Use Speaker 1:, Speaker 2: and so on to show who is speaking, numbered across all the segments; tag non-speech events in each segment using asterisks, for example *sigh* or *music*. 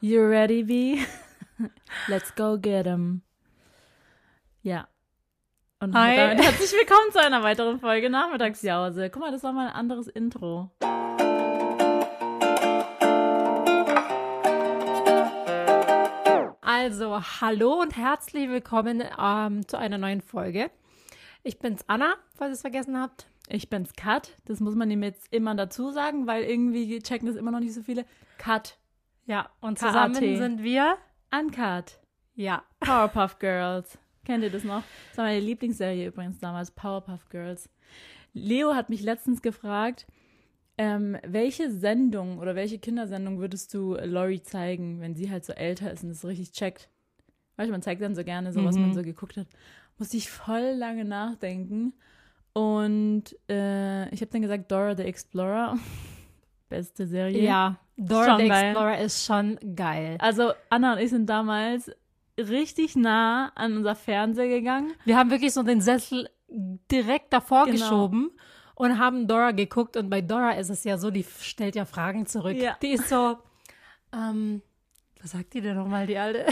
Speaker 1: You ready, B? *laughs* Let's go get 'em. Ja. Und
Speaker 2: Hi.
Speaker 1: damit herzlich willkommen zu einer weiteren Folge Nachmittagsjause. Guck mal, das war mal ein anderes Intro.
Speaker 2: Also, hallo und herzlich willkommen ähm, zu einer neuen Folge. Ich bin's Anna, falls ihr es vergessen habt.
Speaker 1: Ich bin's Kat. Das muss man ihm jetzt immer dazu sagen, weil irgendwie checken das immer noch nicht so viele. Kat.
Speaker 2: Ja, und
Speaker 1: KAT.
Speaker 2: zusammen sind wir.
Speaker 1: Uncut.
Speaker 2: Ja.
Speaker 1: Powerpuff Girls. Kennt ihr das noch? Das war meine Lieblingsserie übrigens damals, Powerpuff Girls. Leo hat mich letztens gefragt, ähm, welche Sendung oder welche Kindersendung würdest du Lori zeigen, wenn sie halt so älter ist und es so richtig checkt? Weißt du, man zeigt dann so gerne so, was man so geguckt hat. Muss ich voll lange nachdenken. Und äh, ich habe dann gesagt, Dora the Explorer. *laughs* Beste Serie.
Speaker 2: Ja. Dora the
Speaker 1: Schon geil.
Speaker 2: Explorer ist schon geil.
Speaker 1: Also Anna und ich sind damals richtig nah an unser Fernseher gegangen.
Speaker 2: Wir haben wirklich so den Sessel direkt davor
Speaker 1: Genau.
Speaker 2: geschoben und haben Dora geguckt. Und bei Dora ist es ja so, die f- stellt ja Fragen zurück.
Speaker 1: Ja.
Speaker 2: Die ist so, ähm, was sagt die denn nochmal, die Alte?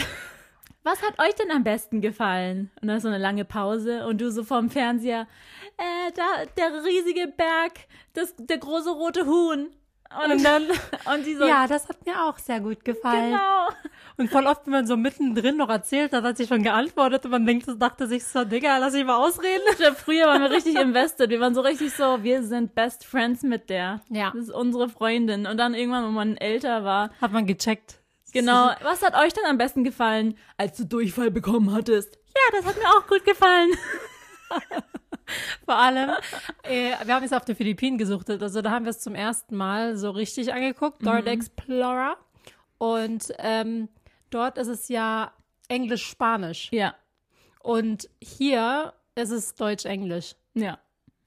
Speaker 1: Was hat euch denn am besten gefallen? Und dann ist so eine lange Pause und du so vom Fernseher, äh, da, der riesige Berg, das, der große rote Huhn. Und,
Speaker 2: *laughs* Und dann,
Speaker 1: und die so,
Speaker 2: ja, das hat mir auch sehr gut gefallen.
Speaker 1: genau.
Speaker 2: Und voll oft, wenn man so mittendrin noch erzählt hat, hat sie schon geantwortet und man denkt, dachte sich so, Digga, lass mich mal ausreden.
Speaker 1: *laughs* Früher waren wir richtig invested. Wir waren so richtig so, wir sind best friends mit der.
Speaker 2: Ja.
Speaker 1: Das ist unsere Freundin. Und dann irgendwann, wenn man älter war,
Speaker 2: Hat man gecheckt.
Speaker 1: Genau. Was hat euch denn am besten gefallen, als du Durchfall bekommen hattest? Ja, das hat mir auch gut gefallen.
Speaker 2: Vor allem, *laughs* äh, wir haben es auf den Philippinen gesuchtet, also da haben wir es zum ersten Mal so richtig angeguckt, Dora the Explorer. Und ähm, dort ist es ja Englisch-Spanisch.
Speaker 1: Ja,
Speaker 2: Und hier ist es Deutsch-Englisch,
Speaker 1: ja.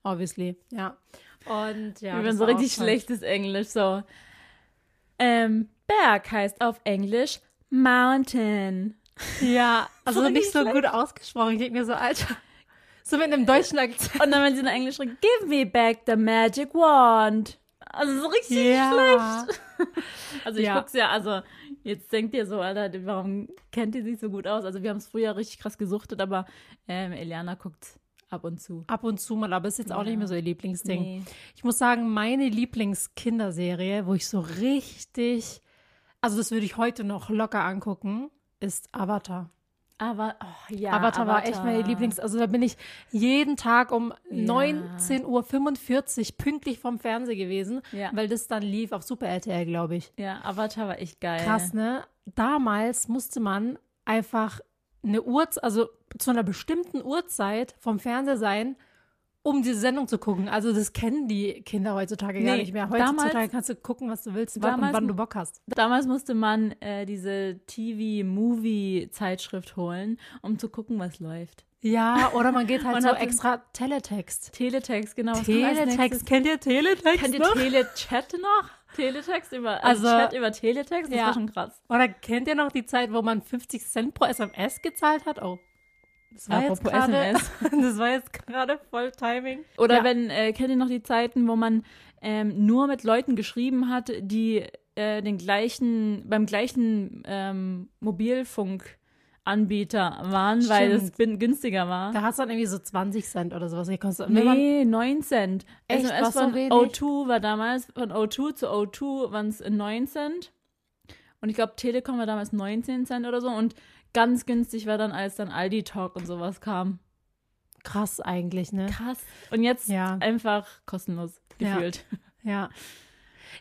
Speaker 2: obviously. Ja. Und ja.
Speaker 1: Wir waren
Speaker 2: das
Speaker 1: so
Speaker 2: war auch
Speaker 1: richtig
Speaker 2: toll.
Speaker 1: schlechtes Englisch, so. Ähm, Berg heißt auf Englisch Mountain.
Speaker 2: *laughs* Ja, also
Speaker 1: richtig
Speaker 2: nicht so gut ausgesprochen. Ich denke mir so, Alter. So mit einem deutschen Akzent.
Speaker 1: Und dann, wenn sie in Englisch schrieben, give me back the magic wand. Also so richtig schlecht. Also ich
Speaker 2: Ja.
Speaker 1: guck's ja, also jetzt denkt ihr so, Alter, warum kennt ihr sich so gut aus? Also wir haben es früher richtig krass gesuchtet, aber ähm, Eliana guckt ab und zu.
Speaker 2: Ab und zu mal, aber ist jetzt auch nicht mehr so ihr Lieblingsding.
Speaker 1: Nee.
Speaker 2: Ich muss sagen, meine Lieblingskinderserie, wo ich so richtig, also das würde ich heute noch locker angucken, ist Avatar.
Speaker 1: Aber, oh, ja.
Speaker 2: Avatar, war echt meine Lieblings, also da bin ich jeden Tag um 19.45 Uhr pünktlich vom Fernseher gewesen,
Speaker 1: Ja.
Speaker 2: weil das dann lief auf Super RTL, glaube ich.
Speaker 1: Ja, Avatar war echt geil.
Speaker 2: Krass, ne? Damals musste man einfach eine Uhrzeit, also zu einer bestimmten Uhrzeit vom Fernseher sein, um diese Sendung zu gucken. Also das kennen die Kinder heutzutage gar
Speaker 1: Nee,
Speaker 2: nicht mehr.
Speaker 1: damals-
Speaker 2: Heutzutage kannst du gucken, was du willst, wann, und
Speaker 1: Damals-
Speaker 2: wann du Bock hast.
Speaker 1: Damals musste man äh, diese TV-Movie-Zeitschrift holen, um zu gucken, was läuft.
Speaker 2: Ja, oder man *laughs* geht halt
Speaker 1: Und
Speaker 2: so
Speaker 1: hat so-
Speaker 2: extra Teletext.
Speaker 1: Teletext, genau. Was kommt als nächstes?
Speaker 2: Teletext, kennt ihr Teletext
Speaker 1: Kennt ihr
Speaker 2: noch?
Speaker 1: Telechat noch? Teletext über, also,
Speaker 2: Also-
Speaker 1: Chat über Teletext, das
Speaker 2: Ja.
Speaker 1: war schon krass.
Speaker 2: Oder kennt ihr noch die Zeit, wo man 50 Cent pro SMS gezahlt hat? Oh, das war jetzt
Speaker 1: Apropos
Speaker 2: gerade,
Speaker 1: SMS.
Speaker 2: *laughs* das war jetzt gerade voll Timing.
Speaker 1: Oder
Speaker 2: Ja.
Speaker 1: wenn, äh, kennt ihr noch die Zeiten, wo man ähm, nur mit Leuten geschrieben hat, die äh, den gleichen, beim gleichen ähm, Mobilfunkanbieter waren, weil es
Speaker 2: Stimmt.
Speaker 1: bin- günstiger war?
Speaker 2: Da hast du dann irgendwie so 20 Cent oder sowas gekostet. Und wenn man-
Speaker 1: Nee, 9 Cent.
Speaker 2: Echt?
Speaker 1: SMS
Speaker 2: War's so
Speaker 1: von
Speaker 2: wenig?
Speaker 1: O2 war damals, von O2 zu O2 waren es 9 Cent. Und ich glaube, Telekom war damals 19 Cent oder so. Und ganz günstig war dann, als dann Aldi Talk und sowas kam.
Speaker 2: Krass eigentlich, ne?
Speaker 1: Krass. Und jetzt
Speaker 2: Ja.
Speaker 1: einfach kostenlos
Speaker 2: Ja.
Speaker 1: gefühlt.
Speaker 2: Ja.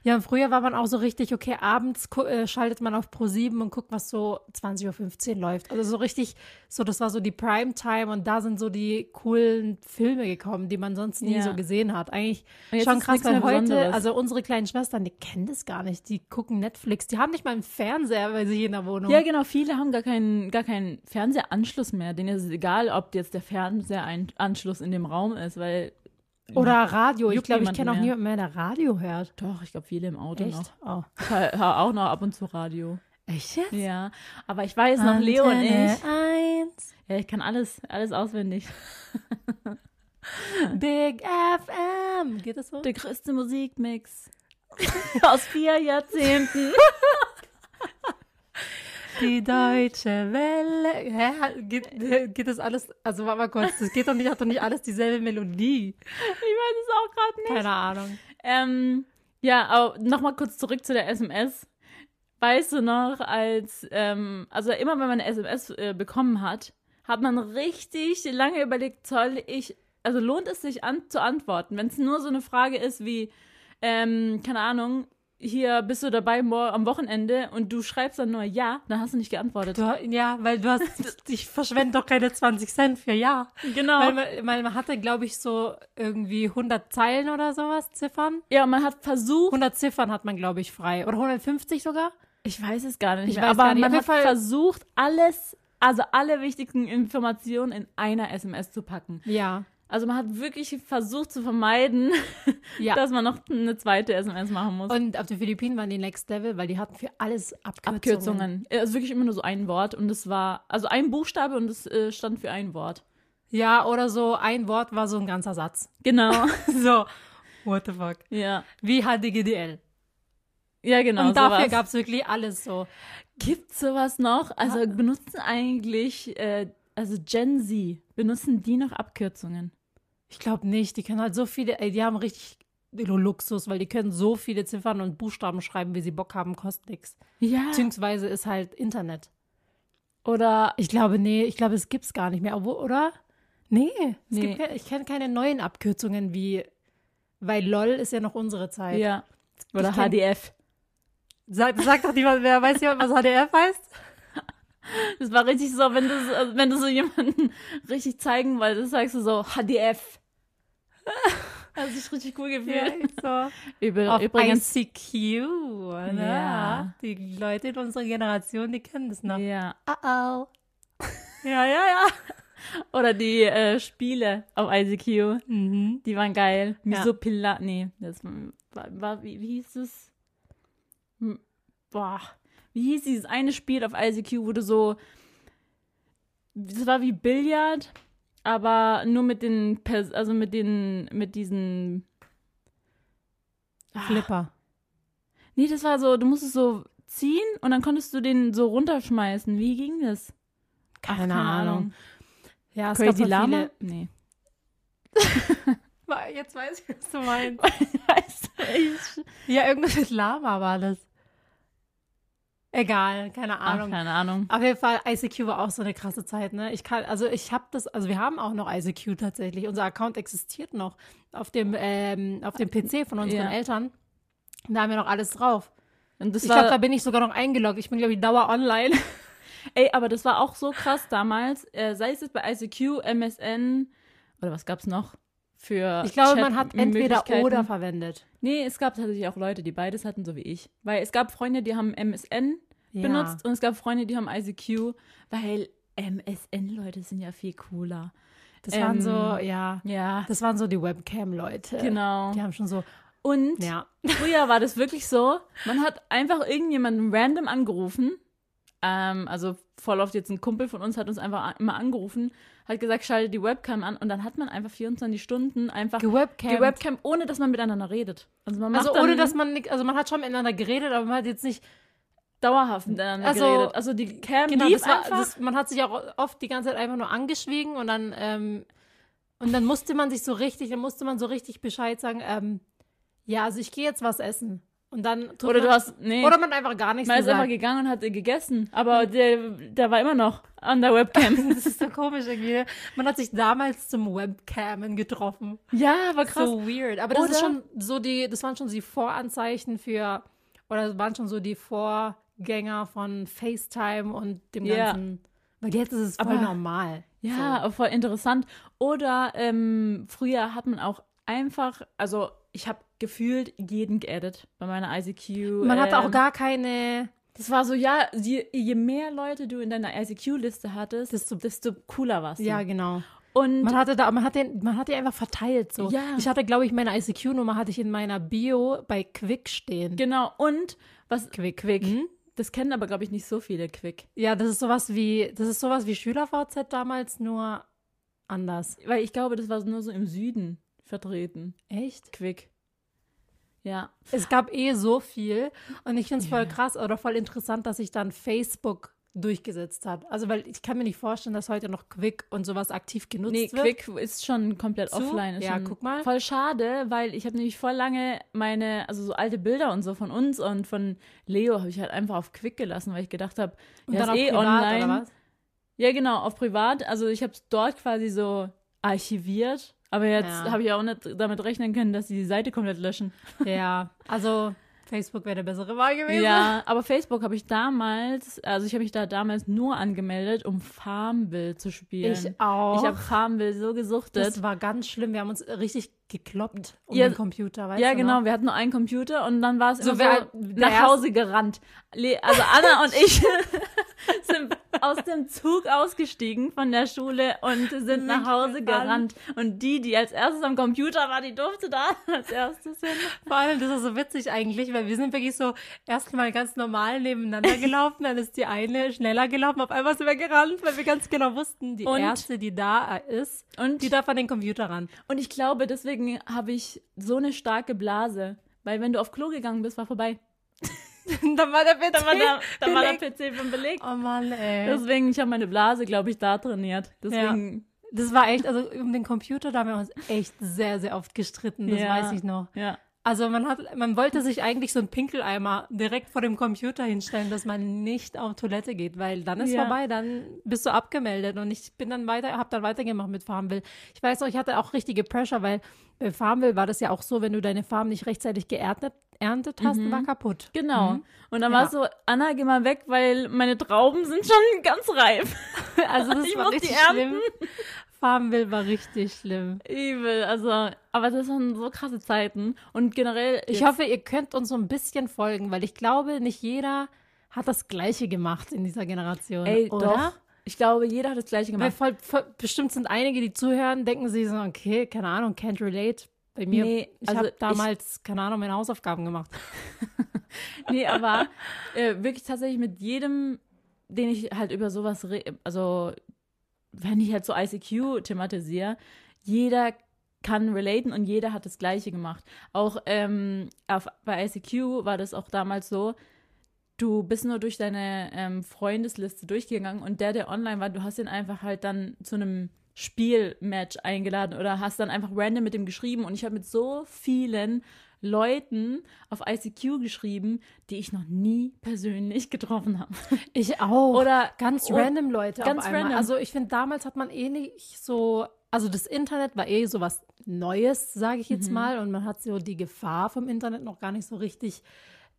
Speaker 2: Ja, und früher war man auch so richtig, okay, abends gu- äh, schaltet man auf Pro7 und guckt, was so 20.15 Uhr läuft. Also so richtig, so das war so die Primetime und da sind so die coolen Filme gekommen, die man sonst nie
Speaker 1: Ja.
Speaker 2: so gesehen hat. Eigentlich
Speaker 1: Und jetzt
Speaker 2: schon
Speaker 1: ist
Speaker 2: krass,
Speaker 1: nichts
Speaker 2: weil
Speaker 1: mehr
Speaker 2: heute,
Speaker 1: Besonderes.
Speaker 2: also unsere kleinen Schwestern, die kennen das gar nicht. Die gucken Netflix, die haben nicht mal einen Fernseher bei sich in der Wohnung.
Speaker 1: Ja, genau. Viele haben gar keinen, gar keinen Fernsehanschluss mehr. Denen ist es egal, ob jetzt der Fernsehanschluss in dem Raum ist, weil,
Speaker 2: Oder Radio. Ich
Speaker 1: Juckt
Speaker 2: glaube, ich
Speaker 1: niemanden
Speaker 2: kenne auch
Speaker 1: mehr.
Speaker 2: niemanden mehr, der Radio hört.
Speaker 1: doch, ich glaube, viele im Auto noch.
Speaker 2: Echt? Oh.
Speaker 1: Hör, hör auch noch ab und zu Radio.
Speaker 2: Echt jetzt?
Speaker 1: Ja, aber ich weiß noch, Leo und
Speaker 2: Antenne
Speaker 1: ich.
Speaker 2: Eins.
Speaker 1: Ja, ich kann alles, alles auswendig.
Speaker 2: Big FM. Geht das so?
Speaker 1: Der größte Musikmix aus vier Jahrzehnten.
Speaker 2: Die deutsche Welle. Hä? Geht, *laughs* geht das alles? Also warte mal kurz, das geht doch nicht, hat doch nicht alles dieselbe Melodie.
Speaker 1: Ich weiß es auch gerade nicht.
Speaker 2: Keine Ahnung.
Speaker 1: Ähm, ja, aber nochmal kurz zurück zu der SMS. Weißt du noch, als, ähm, also immer wenn man eine SMS äh, bekommen hat, hat man richtig lange überlegt, soll ich, also lohnt es sich an, zu antworten, wenn es nur so eine Frage ist wie, ähm, keine Ahnung, hier bist du dabei mor- am Wochenende und du schreibst dann nur ja, dann hast du nicht geantwortet.
Speaker 2: Du, ja, weil du hast, ich verschwende doch keine 20 Cent für ja.
Speaker 1: genau.
Speaker 2: Weil man, weil man hatte, glaube ich, so irgendwie 100 Zeilen oder sowas, Ziffern.
Speaker 1: ja, und man hat versucht,
Speaker 2: 100 Ziffern hat man, glaube ich, frei. Oder 150 sogar?
Speaker 1: Ich weiß es gar nicht
Speaker 2: Ich
Speaker 1: mehr,
Speaker 2: weiß
Speaker 1: aber
Speaker 2: gar nicht.
Speaker 1: man
Speaker 2: Auf jeden
Speaker 1: hat
Speaker 2: Fall-
Speaker 1: versucht, alles, also alle wichtigen Informationen in einer SMS zu packen.
Speaker 2: Ja.
Speaker 1: Also man hat wirklich versucht zu vermeiden,
Speaker 2: Ja.
Speaker 1: dass man noch eine zweite SMS machen muss.
Speaker 2: und auf den Philippinen waren die Next Level, weil die hatten für alles Abkürzungen.
Speaker 1: Abkürzungen. Also wirklich immer nur so ein Wort und es war, also ein Buchstabe und es äh, stand für ein Wort.
Speaker 2: Ja, oder so ein Wort war so ein ganzer Satz.
Speaker 1: Genau,
Speaker 2: *laughs*
Speaker 1: *laughs*
Speaker 2: So, what the fuck.
Speaker 1: ja.
Speaker 2: Wie HDGDL.
Speaker 1: Ja, genau.
Speaker 2: Und dafür
Speaker 1: sowas.
Speaker 2: gab es wirklich alles so.
Speaker 1: Gibt sowas noch? Also benutzen eigentlich, äh, also Gen Z, benutzen die noch Abkürzungen?
Speaker 2: Ich glaube nicht, die können halt so viele, ey, die haben richtig Luxus, weil die können so viele Ziffern und Buchstaben schreiben, wie sie Bock haben, kostet nichts.
Speaker 1: Ja.
Speaker 2: Beziehungsweise ist halt Internet.
Speaker 1: Oder
Speaker 2: Ich glaube, nee, ich glaube, es gibt's gar nicht mehr, obwohl, oder? Nee, es
Speaker 1: Nee.
Speaker 2: Gibt, keine- ich kenne keine neuen Abkürzungen wie, weil LOL ist ja noch unsere Zeit.
Speaker 1: ja. Oder
Speaker 2: Ich kenn-
Speaker 1: HDF.
Speaker 2: Sag, sag doch niemand, wer weiß jemand, was HDF heißt? *laughs*
Speaker 1: Das war richtig so, wenn du, so- also wenn du so jemanden *laughs* richtig zeigen wolltest, sagst du so HDF. *laughs* Hast dich richtig cool gefühlt.
Speaker 2: so.
Speaker 1: Übel-
Speaker 2: Auf
Speaker 1: Übrigens,
Speaker 2: ICQ, ne?
Speaker 1: Ja.
Speaker 2: Die Leute in unserer Generation, die kennen das noch.
Speaker 1: ja.
Speaker 2: Uh-oh. ja, ja, ja.
Speaker 1: Oder die äh, Spiele auf ICQ,
Speaker 2: Mhm.
Speaker 1: die waren geil.
Speaker 2: Ja.
Speaker 1: Misopila, nee, das war, war wie, wie hieß es? Hm, Boah, wie hieß dieses eine Spiel auf ICQ, wo du so, das war wie Billard, aber nur mit den, Pers also mit den, mit diesen
Speaker 2: Ah, Flipper.
Speaker 1: Nee, das war so, du musstest so ziehen und dann konntest du den so runterschmeißen. Wie ging das?
Speaker 2: Keine Ahnung. Ja, es
Speaker 1: Crazy
Speaker 2: gab so
Speaker 1: Lama?
Speaker 2: viele.
Speaker 1: Nee. *laughs*
Speaker 2: Jetzt weiß ich, was du meinst.
Speaker 1: Weißt du, ich-
Speaker 2: Ja, irgendwas mit Lama war das. Egal, keine
Speaker 1: Ach,
Speaker 2: Ahnung.
Speaker 1: keine Ahnung.
Speaker 2: Auf jeden Fall, ICQ war auch so eine krasse Zeit, ne? Ich kann, also ich habe das, also wir haben auch noch ICQ tatsächlich. Unser Account existiert noch auf dem, ähm, auf dem PC von unseren
Speaker 1: Ja.
Speaker 2: Eltern. Da haben wir noch alles drauf.
Speaker 1: Und das
Speaker 2: Ich
Speaker 1: war,
Speaker 2: glaube, da bin ich sogar noch eingeloggt. Ich bin, glaube ich, Dauer
Speaker 1: *laughs*
Speaker 2: online.
Speaker 1: ey, aber das war auch so krass damals. Äh, sei es jetzt bei ICQ, MSN oder was gab's noch für
Speaker 2: Ich glaube, man hat entweder
Speaker 1: Chatmöglichkeiten?
Speaker 2: oder verwendet.
Speaker 1: Nee, es gab tatsächlich auch Leute, die beides hatten, so wie ich. Weil es gab Freunde, die haben MSN
Speaker 2: Ja.
Speaker 1: benutzt und es gab Freunde, die haben ICQ, weil MSN-Leute sind ja viel cooler.
Speaker 2: Das waren
Speaker 1: Ähm,
Speaker 2: so, ja.
Speaker 1: Ja,
Speaker 2: Das waren so die Webcam-Leute.
Speaker 1: genau.
Speaker 2: Die haben schon so,
Speaker 1: Und
Speaker 2: ja.
Speaker 1: Früher war das wirklich so, man hat einfach irgendjemanden random angerufen. Ähm, also voll oft jetzt ein Kumpel von uns hat uns einfach a- immer angerufen, hat gesagt, schalte die Webcam an und dann hat man einfach 24 Stunden einfach
Speaker 2: Gewebcam.
Speaker 1: die Webcam, ohne dass man miteinander redet. Also man macht
Speaker 2: also
Speaker 1: dann
Speaker 2: ohne, dass man, nicht- also man hat schon miteinander geredet, aber man hat jetzt nicht
Speaker 1: dauerhaft miteinander
Speaker 2: Also,
Speaker 1: geredet. Also die Cam
Speaker 2: Genau,
Speaker 1: lief
Speaker 2: das war,
Speaker 1: einfach.
Speaker 2: das, man hat sich auch oft die ganze Zeit einfach nur angeschwiegen und dann, ähm, und dann musste man sich so richtig, dann musste man so richtig Bescheid sagen, ähm, ja, also ich gehe jetzt was essen. Und dann tut
Speaker 1: oder
Speaker 2: man,
Speaker 1: du hast, nee,
Speaker 2: oder man hat einfach gar nichts
Speaker 1: man ist
Speaker 2: *laughs*
Speaker 1: einfach
Speaker 2: gesagt.
Speaker 1: gegangen und hat gegessen, aber
Speaker 2: Mhm.
Speaker 1: der, der war immer noch an der
Speaker 2: *laughs*
Speaker 1: Webcam.
Speaker 2: Das ist so komisch irgendwie. ne? Man hat sich damals zum Webcamen getroffen.
Speaker 1: ja, war krass.
Speaker 2: So weird. Aber das ist
Speaker 1: Oder-
Speaker 2: schon so die, das waren schon die Voranzeichen für, oder das waren schon so die Vorgänger von FaceTime und dem
Speaker 1: Ja.
Speaker 2: ganzen. Weil jetzt ist es voll
Speaker 1: Aber-
Speaker 2: normal. so.
Speaker 1: Ja, voll interessant. Oder ähm, früher hat man auch einfach, also ich habe gefühlt jeden geaddet bei meiner ICQ.
Speaker 2: Man
Speaker 1: ähm,
Speaker 2: hatte auch gar keine.
Speaker 1: Das war so, ja, je, je mehr Leute du in deiner ICQ-Liste hattest, desto, desto cooler warst du.
Speaker 2: Ja, genau.
Speaker 1: Und
Speaker 2: Man hatte da, man hat den, man hat die einfach verteilt so.
Speaker 1: Ja.
Speaker 2: Ich hatte, glaube ich, meine ICQ-Nummer hatte ich in meiner Bio bei Quick stehen.
Speaker 1: genau, und was
Speaker 2: Quick,
Speaker 1: Quick.
Speaker 2: Mhm.
Speaker 1: Das kennen aber, glaube ich, nicht so viele Quick.
Speaker 2: Ja, das ist sowas wie, das ist sowas wie SchülerVZ damals, nur anders.
Speaker 1: Weil ich glaube, das war nur so im Süden vertreten.
Speaker 2: Echt?
Speaker 1: Quick. Ja.
Speaker 2: Es gab eh so viel und ich finde es voll krass oder voll interessant, dass sich dann Facebook durchgesetzt hat. Also, weil ich kann mir nicht vorstellen, dass heute noch Quick und sowas aktiv genutzt
Speaker 1: Nee,
Speaker 2: wird.
Speaker 1: Quick ist schon komplett
Speaker 2: Zu?
Speaker 1: offline. Ist
Speaker 2: Ja,
Speaker 1: schon
Speaker 2: guck mal.
Speaker 1: Voll schade, weil ich habe nämlich voll lange meine, also so alte Bilder und so von uns und von Leo habe ich halt einfach auf Quick gelassen, weil ich gedacht habe,
Speaker 2: Und
Speaker 1: ja,
Speaker 2: dann
Speaker 1: ist
Speaker 2: auch
Speaker 1: eh
Speaker 2: privat
Speaker 1: online.
Speaker 2: oder was?
Speaker 1: Ja, genau, auf privat. Also ich habe es dort quasi so archiviert. Aber jetzt
Speaker 2: Ja.
Speaker 1: habe ich auch nicht damit rechnen können, dass sie die Seite komplett löschen.
Speaker 2: Ja, also Facebook wäre der bessere Wahl gewesen.
Speaker 1: Ja, aber Facebook habe ich damals, also ich habe mich da damals nur angemeldet, um Farmville zu spielen.
Speaker 2: Ich auch.
Speaker 1: Ich habe Farmville so gesuchtet.
Speaker 2: das war ganz schlimm. Wir haben uns richtig gekloppt um
Speaker 1: Ja,
Speaker 2: den Computer, weißt
Speaker 1: ja,
Speaker 2: du ne?
Speaker 1: genau.
Speaker 2: Noch?
Speaker 1: Wir hatten nur einen Computer und dann war es
Speaker 2: So,
Speaker 1: immer so
Speaker 2: wer- der
Speaker 1: nach Hause gerannt. Le- Also Anna und ich *laughs* sind aus dem Zug ausgestiegen von der Schule und sind nach Hause gerannt.
Speaker 2: gerannt.
Speaker 1: Und die, die als erstes am Computer war, die durfte da *laughs* als erstes hin.
Speaker 2: Vor allem, das ist so witzig eigentlich, weil wir sind wirklich so erstmal ganz normal nebeneinander gelaufen, dann ist die eine schneller gelaufen, auf einmal sind wir gerannt, weil wir ganz genau wussten, die
Speaker 1: Und-
Speaker 2: erste, die da ist,
Speaker 1: Und,
Speaker 2: die darf an den Computer ran. *laughs*
Speaker 1: und ich glaube, deswegen habe ich so eine starke Blase. Weil wenn du auf Klo gegangen bist, war vorbei.
Speaker 2: dann war der PC.
Speaker 1: Da war der, da war der
Speaker 2: belegt.
Speaker 1: PC schon belegt.
Speaker 2: Oh Mann, ey.
Speaker 1: Deswegen, ich habe meine Blase, glaube ich, da trainiert. Deswegen
Speaker 2: Das war echt, also um den Computer, da haben wir uns echt sehr, sehr oft gestritten, das
Speaker 1: Ja.
Speaker 2: weiß ich noch.
Speaker 1: Ja.
Speaker 2: Also man hat, man wollte sich eigentlich so einen Pinkeleimer direkt vor dem Computer hinstellen, dass man nicht auf Toilette geht, weil dann ist
Speaker 1: Ja.
Speaker 2: vorbei, dann bist du abgemeldet und ich bin dann weiter, habe dann weitergemacht mit Farmville. Ich weiß noch, ich hatte auch richtige Pressure, weil bei Farmville war das ja auch so, wenn du deine Farm nicht rechtzeitig geerntet erntet hast, war kaputt.
Speaker 1: Genau. Und dann
Speaker 2: Ja.
Speaker 1: war es so, Anna, geh mal weg, weil meine Trauben sind schon *laughs* ganz reif.
Speaker 2: *laughs* Also das
Speaker 1: Ich
Speaker 2: war
Speaker 1: muss die
Speaker 2: richtig
Speaker 1: ernten.
Speaker 2: schlimm. Farmville war richtig schlimm.
Speaker 1: Übel, also, aber das waren so krasse Zeiten. Und generell,
Speaker 2: Ich hoffe, ihr könnt uns so ein bisschen folgen, weil ich glaube, nicht jeder hat das Gleiche gemacht in dieser Generation,
Speaker 1: ey,
Speaker 2: oder?
Speaker 1: doch. Ich glaube, jeder hat das Gleiche
Speaker 2: Weil
Speaker 1: *laughs* gemacht.
Speaker 2: voll, voll, bestimmt sind einige, die zuhören, denken sie so, okay, keine Ahnung, can't relate. Bei mir,
Speaker 1: Nee,
Speaker 2: ich
Speaker 1: also
Speaker 2: habe
Speaker 1: ich-
Speaker 2: damals, keine Ahnung, meine Hausaufgaben gemacht.
Speaker 1: Nee, aber äh, wirklich tatsächlich mit jedem, den ich halt über sowas, re also, wenn ich halt so ICQ thematisiere, jeder kann relaten und jeder hat das Gleiche gemacht. Auch ähm, auf, bei ICQ war das auch damals so, du bist nur durch deine ähm, Freundesliste durchgegangen und der, der online war, du hast ihn einfach halt dann zu einem Spielmatch eingeladen oder hast dann einfach random mit dem geschrieben und ich habe mit so vielen Leuten auf ICQ geschrieben, die ich noch nie persönlich *laughs* getroffen habe.
Speaker 2: Ich auch.
Speaker 1: *laughs* Oder
Speaker 2: ganz
Speaker 1: oh,
Speaker 2: random Leute
Speaker 1: ganz
Speaker 2: auf einmal.
Speaker 1: random.
Speaker 2: Also ich finde, damals hat man eh nicht so, also das Internet war eh so was Neues, sage ich jetzt mal. Und man hat so die Gefahr vom Internet noch gar nicht so richtig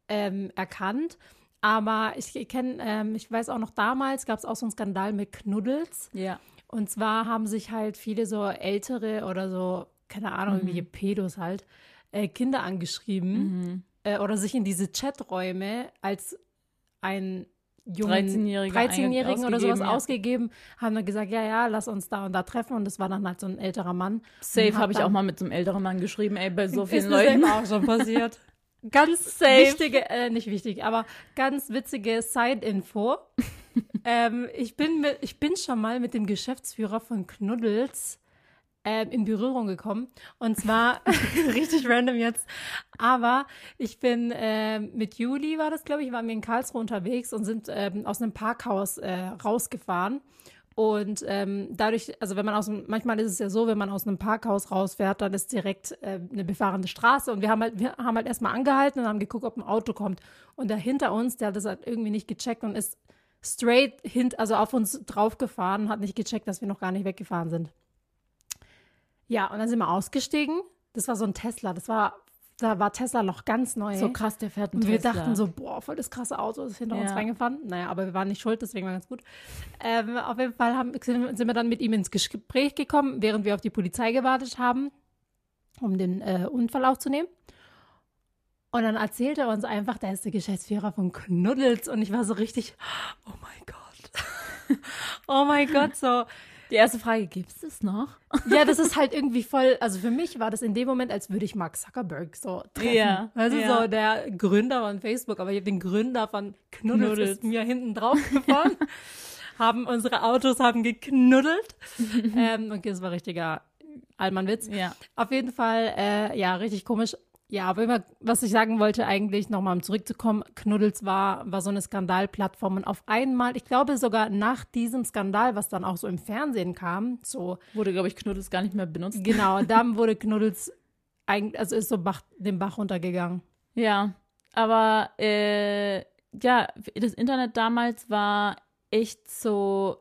Speaker 2: ähm, erkannt. Aber ich kenne, ähm, ich weiß auch noch damals, gab es auch so einen Skandal mit Knuddels.
Speaker 1: Ja.
Speaker 2: Und zwar haben sich halt viele so ältere oder so, keine Ahnung,
Speaker 1: Mhm.
Speaker 2: irgendwelche Pedos halt, äh, Kinder angeschrieben
Speaker 1: Mhm.
Speaker 2: äh, oder sich in diese Chaträume als ein jungen
Speaker 1: 13-Jähriger
Speaker 2: 13-Jährigen oder sowas
Speaker 1: ausgegeben, ja.
Speaker 2: ausgegeben, haben dann gesagt, ja, ja, lass uns da und da treffen. Und das war dann halt so ein älterer Mann.
Speaker 1: Safe
Speaker 2: Hat
Speaker 1: habe ich
Speaker 2: dann-
Speaker 1: auch mal mit so einem älteren Mann geschrieben, ey, bei so
Speaker 2: Ist
Speaker 1: vielen
Speaker 2: mir
Speaker 1: Leuten.
Speaker 2: selber auch schon passiert.
Speaker 1: Ganz
Speaker 2: wichtige, äh, nicht wichtig, aber ganz
Speaker 1: *laughs*
Speaker 2: witzige Side-Info. ähm, ich, bin mit, ich bin schon mal mit dem Geschäftsführer von Knuddels ähm, in Berührung gekommen. Und zwar, *laughs* richtig random jetzt, aber ich bin ähm, mit Juli, war das glaube ich, waren wir in Karlsruhe unterwegs und sind ähm, aus einem Parkhaus äh, rausgefahren. Und ähm, dadurch, also wenn man aus dem, manchmal ist es ja so, wenn man aus einem Parkhaus rausfährt, dann ist direkt äh, eine befahrene Straße und wir haben halt, wir haben halt erstmal angehalten und haben geguckt, ob ein Auto kommt. Und da hinter uns, der hat das halt irgendwie nicht gecheckt und ist straight hint, also auf uns draufgefahren, hat nicht gecheckt, dass wir noch gar nicht weggefahren sind. Ja, und dann sind wir ausgestiegen. Das war so ein Tesla. Das war, da war Tesla noch ganz
Speaker 1: *laughs*
Speaker 2: neu.
Speaker 1: So krass, der fährt einen
Speaker 2: Und wir
Speaker 1: Tesla.
Speaker 2: dachten so, boah, voll das krasse Auto ist hinter uns
Speaker 1: Ja.
Speaker 2: reingefahren. Naja, aber wir waren nicht schuld, deswegen war ganz gut. Ähm, auf jeden Fall haben, sind sind wir dann mit ihm ins Gespräch gekommen, während wir auf die Polizei gewartet haben, um den äh, Unfall aufzunehmen. Und dann erzählt er uns einfach, der ist der Geschäftsführer von Knuddels. Und ich war so richtig, oh mein Gott. *laughs* oh mein Gott, so.
Speaker 1: Die erste Frage, gibt's es noch?
Speaker 2: Ja, das ist halt irgendwie voll, also für mich war das in dem Moment, als würde ich Mark Zuckerberg so treffen.
Speaker 1: Ja,
Speaker 2: Also
Speaker 1: ja.
Speaker 2: so der Gründer von Facebook, aber ich habe den Gründer von Knuddels,
Speaker 1: Knuddels.
Speaker 2: Ist mir hinten drauf gefahren. haben unsere Autos haben geknuddelt. ähm, okay, das war richtiger Allmannwitz.
Speaker 1: Ja.
Speaker 2: Auf jeden Fall, äh, ja, richtig komisch. Ja, aber immer, was ich sagen wollte eigentlich, nochmal um zurückzukommen, Knuddels war, war so eine Skandalplattform und auf einmal, ich glaube sogar nach diesem Skandal, was dann auch so im Fernsehen kam, so,
Speaker 1: Wurde, glaube ich, Knuddels gar nicht mehr benutzt.
Speaker 2: genau, dann wurde Knuddels eigentlich, also ist so Bach, den Bach runtergegangen.
Speaker 1: Ja, aber äh, ja, das Internet damals war echt so,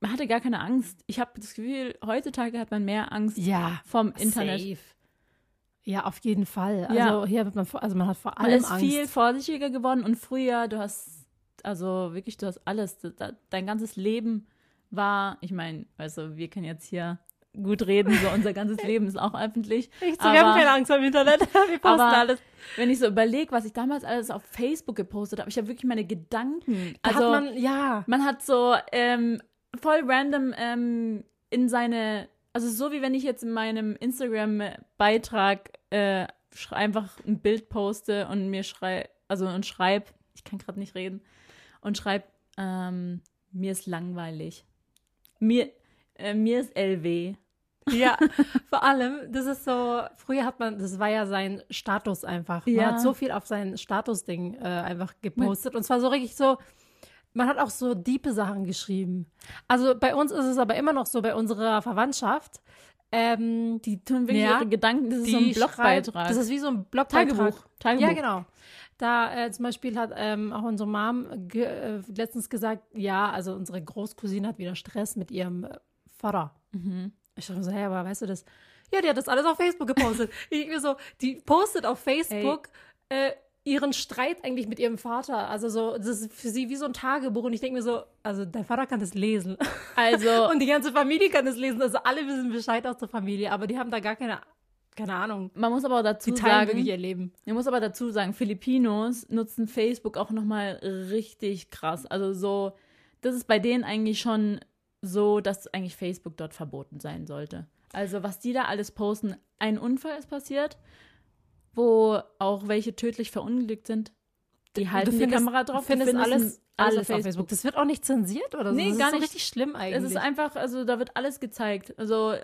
Speaker 1: man hatte gar keine Angst. Ich habe das Gefühl, heutzutage hat man mehr Angst
Speaker 2: Ja,
Speaker 1: vom Internet.
Speaker 2: Safe. Ja, auf jeden Fall. Also
Speaker 1: Ja.
Speaker 2: hier hat man, vor- also man hat vor
Speaker 1: Man
Speaker 2: allem
Speaker 1: ist
Speaker 2: Angst.
Speaker 1: viel vorsichtiger geworden und früher, du hast, also wirklich, du hast alles, Da- da- dein ganzes Leben war, ich meine, also wir können jetzt hier gut reden, so unser ganzes Leben ist auch
Speaker 2: *laughs*
Speaker 1: öffentlich.
Speaker 2: Echt
Speaker 1: so, wir haben keine
Speaker 2: Angst
Speaker 1: *laughs*
Speaker 2: am Internet. Wir posten
Speaker 1: aber
Speaker 2: alles.
Speaker 1: Wenn ich so überlege, was ich damals alles auf Facebook gepostet habe, ich habe wirklich meine Gedanken.
Speaker 2: Da
Speaker 1: Also,
Speaker 2: hat
Speaker 1: *laughs*
Speaker 2: man, ja.
Speaker 1: Man hat so ähm, voll random ähm, in seine, also so wie wenn ich jetzt in meinem Instagram-Beitrag äh, schrei- einfach ein Bild poste und mir schrei, also und schreib, ich kann gerade nicht reden, und schreib, ähm, mir ist langweilig. Mir, äh, mir ist LW.
Speaker 2: Ja, vor allem, das ist so, früher hat man, das war ja sein Status einfach. Man
Speaker 1: Ja.
Speaker 2: hat so viel auf sein Status-Ding äh, einfach gepostet. Und zwar so richtig so, man hat auch so diepe Sachen geschrieben. Also bei uns ist es aber immer noch so, bei unserer Verwandtschaft. Ähm,
Speaker 1: Die tun wirklich
Speaker 2: Ja,
Speaker 1: ihre Gedanken, das ist so
Speaker 2: die
Speaker 1: ein Blogbeitrag.
Speaker 2: schreibt- Das ist wie so ein Blogbeitrag.
Speaker 1: Tagebuch. Tagebuch.
Speaker 2: Ja, genau. Da äh, zum Beispiel hat ähm, auch unsere Mom ge äh, letztens gesagt, ja, also unsere Großcousine hat wieder Stress mit ihrem äh, Vater. Ich dachte mir so, hey, aber weißt du das? Ja, die hat das alles auf Facebook gepostet. ich mir so, die postet auf Facebook äh, ihren Streit eigentlich mit ihrem Vater. Also so, das ist für sie wie so ein Tagebuch. Und ich denke mir so, also dein Vater kann das lesen.
Speaker 1: Also,
Speaker 2: Und die ganze Familie kann das lesen. Also alle wissen Bescheid aus der Familie, aber die haben da gar keine, keine Ahnung.
Speaker 1: man muss aber auch dazu
Speaker 2: Die teilen
Speaker 1: sagen,
Speaker 2: wirklich ihr Leben.
Speaker 1: Ich muss aber dazu sagen, Filipinos nutzen Facebook auch nochmal richtig krass. Also so, das ist bei denen eigentlich schon so, dass eigentlich Facebook dort verboten sein sollte. Also was die da alles posten, ein Unfall ist passiert, wo auch welche tödlich verunglückt sind. Die halten die Kamera drauf, die
Speaker 2: findest,
Speaker 1: finden
Speaker 2: alles, alles auf Facebook.
Speaker 1: Facebook.
Speaker 2: Das wird auch nicht zensiert oder so.
Speaker 1: Nee,
Speaker 2: das
Speaker 1: gar
Speaker 2: ist so
Speaker 1: nicht.
Speaker 2: richtig schlimm eigentlich.
Speaker 1: Es ist einfach, also da wird alles gezeigt. Also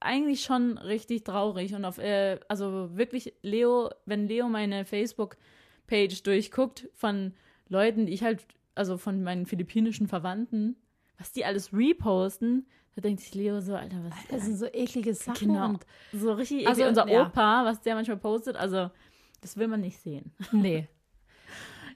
Speaker 1: eigentlich schon richtig traurig und auf, äh, also wirklich Leo, wenn Leo meine Facebook-Page durchguckt von Leuten, die ich halt, also von meinen philippinischen Verwandten, was die alles reposten, da denkt sich Leo so, Alter, was ist
Speaker 2: das
Speaker 1: das?
Speaker 2: sind so eklige Sachen.
Speaker 1: Genau. *laughs*
Speaker 2: Und,
Speaker 1: So richtig eklig.
Speaker 2: Also,
Speaker 1: unser
Speaker 2: ja.
Speaker 1: Opa, was der manchmal postet, also das will man nicht sehen. *laughs*
Speaker 2: nee.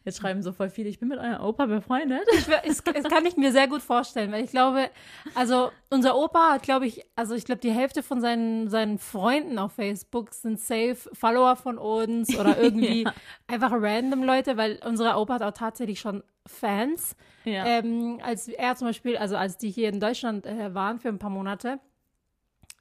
Speaker 1: Jetzt schreiben so voll viele, ich bin mit eurem Opa befreundet. *laughs*
Speaker 2: Ich, wär- es, es kann ich mir sehr gut vorstellen, weil ich glaube, also unser Opa hat, glaube ich, also ich glaube, die Hälfte von seinen, seinen Freunden auf Facebook sind safe Follower
Speaker 1: *laughs*
Speaker 2: von uns oder irgendwie einfach random Leute, weil unser Opa hat auch tatsächlich schon Fans.
Speaker 1: Ja.
Speaker 2: Ähm, als er zum Beispiel, also als die hier in Deutschland äh, waren für ein paar Monate,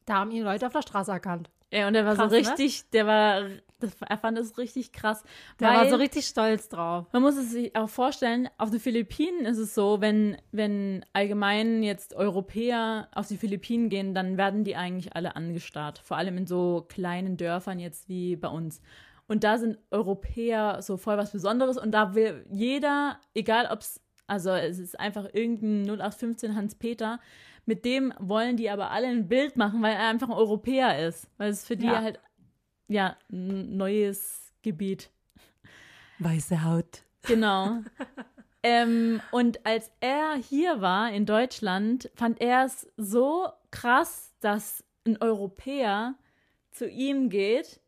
Speaker 2: da haben ihn Leute auf der Straße erkannt.
Speaker 1: Ey, und der war
Speaker 2: Krass,
Speaker 1: so
Speaker 2: ne?
Speaker 1: richtig, der war, das, er fand es richtig krass.
Speaker 2: Der
Speaker 1: weil
Speaker 2: war so richtig stolz drauf.
Speaker 1: man muss es sich auch vorstellen, auf den Philippinen ist es so, wenn, wenn allgemein jetzt Europäer auf die Philippinen gehen, dann werden die eigentlich alle angestarrt. Vor allem in so kleinen Dörfern jetzt wie bei uns. Und da sind Europäer so voll was Besonderes und da will jeder, egal ob es, also es ist einfach irgendein 0815 Hans-Peter, mit dem wollen die aber alle ein Bild machen, weil er einfach ein Europäer ist. Weil es für die
Speaker 2: Ja.
Speaker 1: halt, ja, ein neues Gebiet.
Speaker 2: Weiße Haut. *laughs*
Speaker 1: Genau. ähm, und als er hier war in Deutschland, fand er es so krass, dass ein Europäer zu ihm geht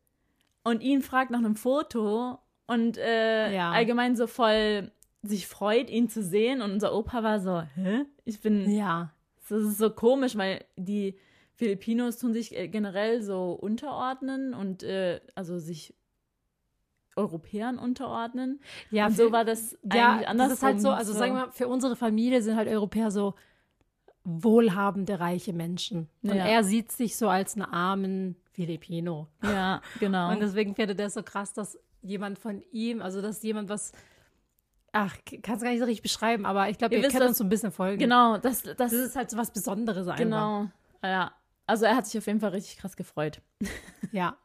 Speaker 1: und ihn fragt nach einem Foto und äh,
Speaker 2: Ja.
Speaker 1: allgemein so voll sich freut, ihn zu sehen. Und unser Opa war so, hä? Ich bin,
Speaker 2: Ja.
Speaker 1: das ist so komisch, weil die Filipinos tun sich äh, generell so unterordnen und äh, also sich Europäern unterordnen.
Speaker 2: Ja,
Speaker 1: Und
Speaker 2: für-
Speaker 1: so war das
Speaker 2: ja,
Speaker 1: eigentlich anders.
Speaker 2: Das ist halt so, also sagen wir mal, für unsere Familie sind halt Europäer so wohlhabende, reiche Menschen. Und
Speaker 1: Ja.
Speaker 2: er sieht sich so als einen armen Filipino.
Speaker 1: Ja, genau.
Speaker 2: Und deswegen findet er es so krass, dass jemand von ihm, also dass jemand was, ach, kann es gar nicht so richtig beschreiben, aber ich glaube,
Speaker 1: Ihr
Speaker 2: ihr,
Speaker 1: wisst,
Speaker 2: könnt
Speaker 1: dass-
Speaker 2: uns so ein bisschen folgen.
Speaker 1: genau, das, das,
Speaker 2: Das ist halt so was Besonderes einfach.
Speaker 1: genau. Ja, also er hat sich auf jeden Fall richtig krass gefreut.
Speaker 2: Ja.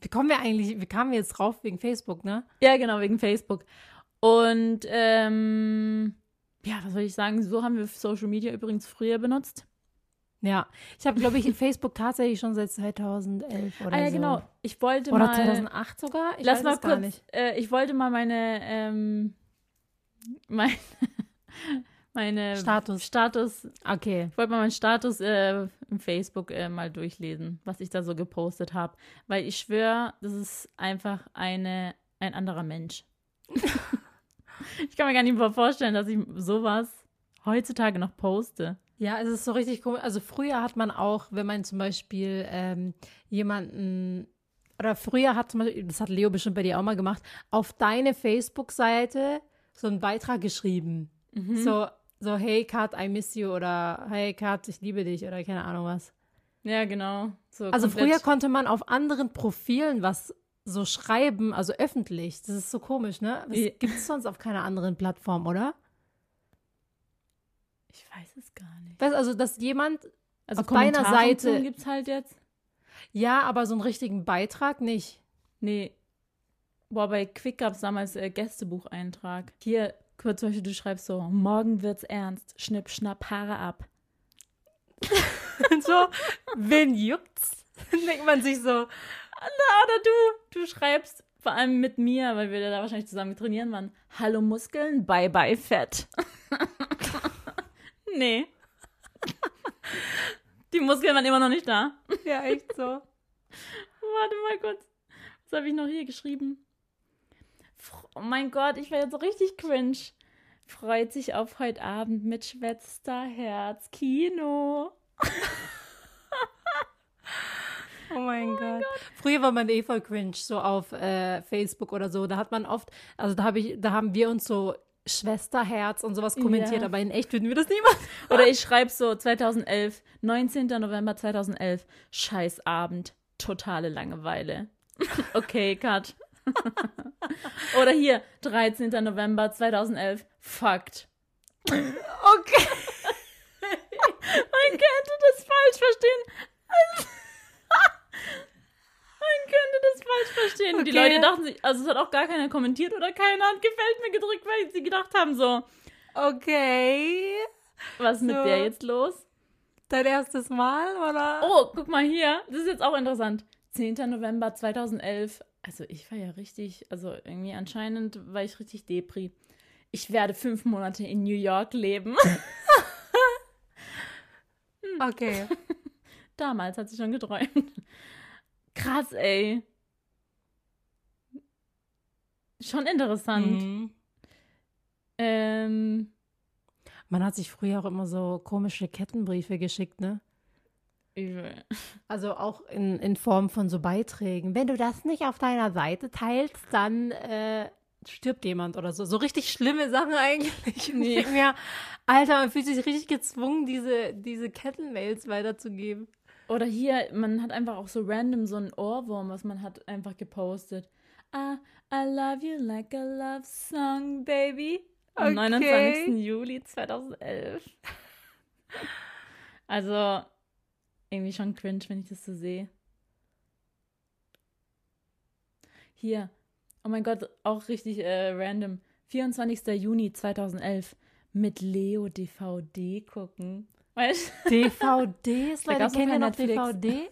Speaker 2: Wie kommen wir eigentlich, wie kamen wir jetzt drauf wegen Facebook, ne?
Speaker 1: Ja, genau, wegen Facebook. Und ähm, ja, was soll ich sagen? So haben wir Social Media übrigens früher benutzt.
Speaker 2: Ja, ich habe, glaube ich, Facebook tatsächlich schon seit 2011 oder
Speaker 1: ah ja,
Speaker 2: so.
Speaker 1: genau. Ich wollte
Speaker 2: Oder
Speaker 1: mal.
Speaker 2: 2008 sogar? Ich
Speaker 1: lass
Speaker 2: weiß
Speaker 1: mal
Speaker 2: es gar
Speaker 1: kurz.
Speaker 2: nicht.
Speaker 1: Äh, ich wollte mal meine. Ähm, *laughs* mein, meine. *laughs*
Speaker 2: Status.
Speaker 1: Status.
Speaker 2: Okay.
Speaker 1: Ich wollte mal meinen Status äh, im Facebook äh, mal durchlesen, was ich da so gepostet habe. Weil ich schwöre, das ist einfach eine, ein anderer *laughs* Mensch. ich kann mir gar nicht mehr vorstellen, dass ich sowas heutzutage noch poste.
Speaker 2: Ja, es ist so richtig komisch. Also früher hat man auch, wenn man zum Beispiel ähm, jemanden oder früher hat zum Beispiel, das hat Leo bestimmt bei dir auch mal gemacht, auf deine Facebook-Seite so einen Beitrag geschrieben. So, so, hey Kat, I miss you oder hey Kat, ich liebe dich oder keine Ahnung was.
Speaker 1: Ja, genau. So
Speaker 2: Also
Speaker 1: komplett-
Speaker 2: früher konnte man auf anderen Profilen was so schreiben, also öffentlich. Das ist so komisch, ne? Das
Speaker 1: Ja.
Speaker 2: gibt es sonst auf keiner anderen Plattform, oder?
Speaker 1: Ich weiß es gar nicht.
Speaker 2: Weißt also, dass jemand,
Speaker 1: Also
Speaker 2: Auf deiner
Speaker 1: Kommentarfunktion
Speaker 2: Seite-
Speaker 1: gibt's halt jetzt.
Speaker 2: ja, aber so einen richtigen Beitrag nicht.
Speaker 1: Nee. Boah, bei Quick gab es damals äh, Gästebucheintrag. Hier, kurz zum Beispiel, du schreibst so, morgen wird's ernst, schnipp, schnapp, Haare ab.
Speaker 2: Und *laughs* so, wen juckt's? Dann denkt man sich so,
Speaker 1: Oder du, du schreibst, vor allem mit mir, weil wir da wahrscheinlich zusammen trainieren waren, hallo Muskeln, bye bye Fett. nee. Die Muskeln waren immer noch nicht da.
Speaker 2: ja, echt so.
Speaker 1: Warte mal kurz. Was habe ich noch hier geschrieben? Fr- Oh mein Gott, ich werde jetzt so richtig cringe. Freut sich auf heute Abend mit schwätzter Herz Kino.
Speaker 2: Oh mein Gott. Früher war man eh voll cringe, so auf äh, Facebook oder so. Da hat man oft, also da habe ich, da haben wir uns so Schwesterherz und sowas kommentiert,
Speaker 1: Ja.
Speaker 2: aber in echt würden wir das nie machen.
Speaker 1: Oder ich schreibe so 2011, 19. November 2011, Scheißabend, totale Langeweile. Okay, Cut. *laughs* Oder hier, 13. November 2011, Fakt.
Speaker 2: Okay.
Speaker 1: Man könnte das falsch verstehen. Man könnte das falsch verstehen. Die
Speaker 2: Okay.
Speaker 1: Leute dachten sich, also es hat auch gar keiner kommentiert oder keiner hat gefällt mir gedrückt, weil sie gedacht haben so,
Speaker 2: Okay.
Speaker 1: was ist mit
Speaker 2: So.
Speaker 1: der jetzt los?
Speaker 2: Dein erstes Mal, oder?
Speaker 1: Oh, guck mal hier, das ist jetzt auch interessant. 10. November 2011. Also ich war ja richtig, also irgendwie anscheinend war ich richtig Depri. Ich werde fünf Monate in New York leben. *laughs*
Speaker 2: Okay.
Speaker 1: Damals hat sie schon geträumt. Krass, ey. Schon interessant.
Speaker 2: Mhm.
Speaker 1: Ähm,
Speaker 2: Man hat sich früher auch immer so komische Kettenbriefe geschickt, ne?
Speaker 1: übel.
Speaker 2: Also auch in, in Form von so Beiträgen. Wenn du das nicht auf deiner Seite teilst, dann äh, stirbt jemand oder so. So richtig schlimme Sachen eigentlich. Und Ich
Speaker 1: Nee.
Speaker 2: denk mir, Alter, man fühlt sich richtig gezwungen, diese, diese Kettenmails weiterzugeben.
Speaker 1: Oder hier, man hat einfach auch so random so einen Ohrwurm, was man hat, einfach gepostet. I, I love you like a love song, baby. Am
Speaker 2: Okay.
Speaker 1: 29. Juli 2011. Also, irgendwie schon cringe, wenn ich das so sehe. Hier. Oh mein Gott, auch richtig äh, random. 24. Juni 2011. Mit Leo DVD gucken. Weißt du?
Speaker 2: DVDs,
Speaker 1: Da
Speaker 2: Leute,
Speaker 1: gab's noch
Speaker 2: kennen wir
Speaker 1: kein
Speaker 2: noch
Speaker 1: Netflix.
Speaker 2: DVD?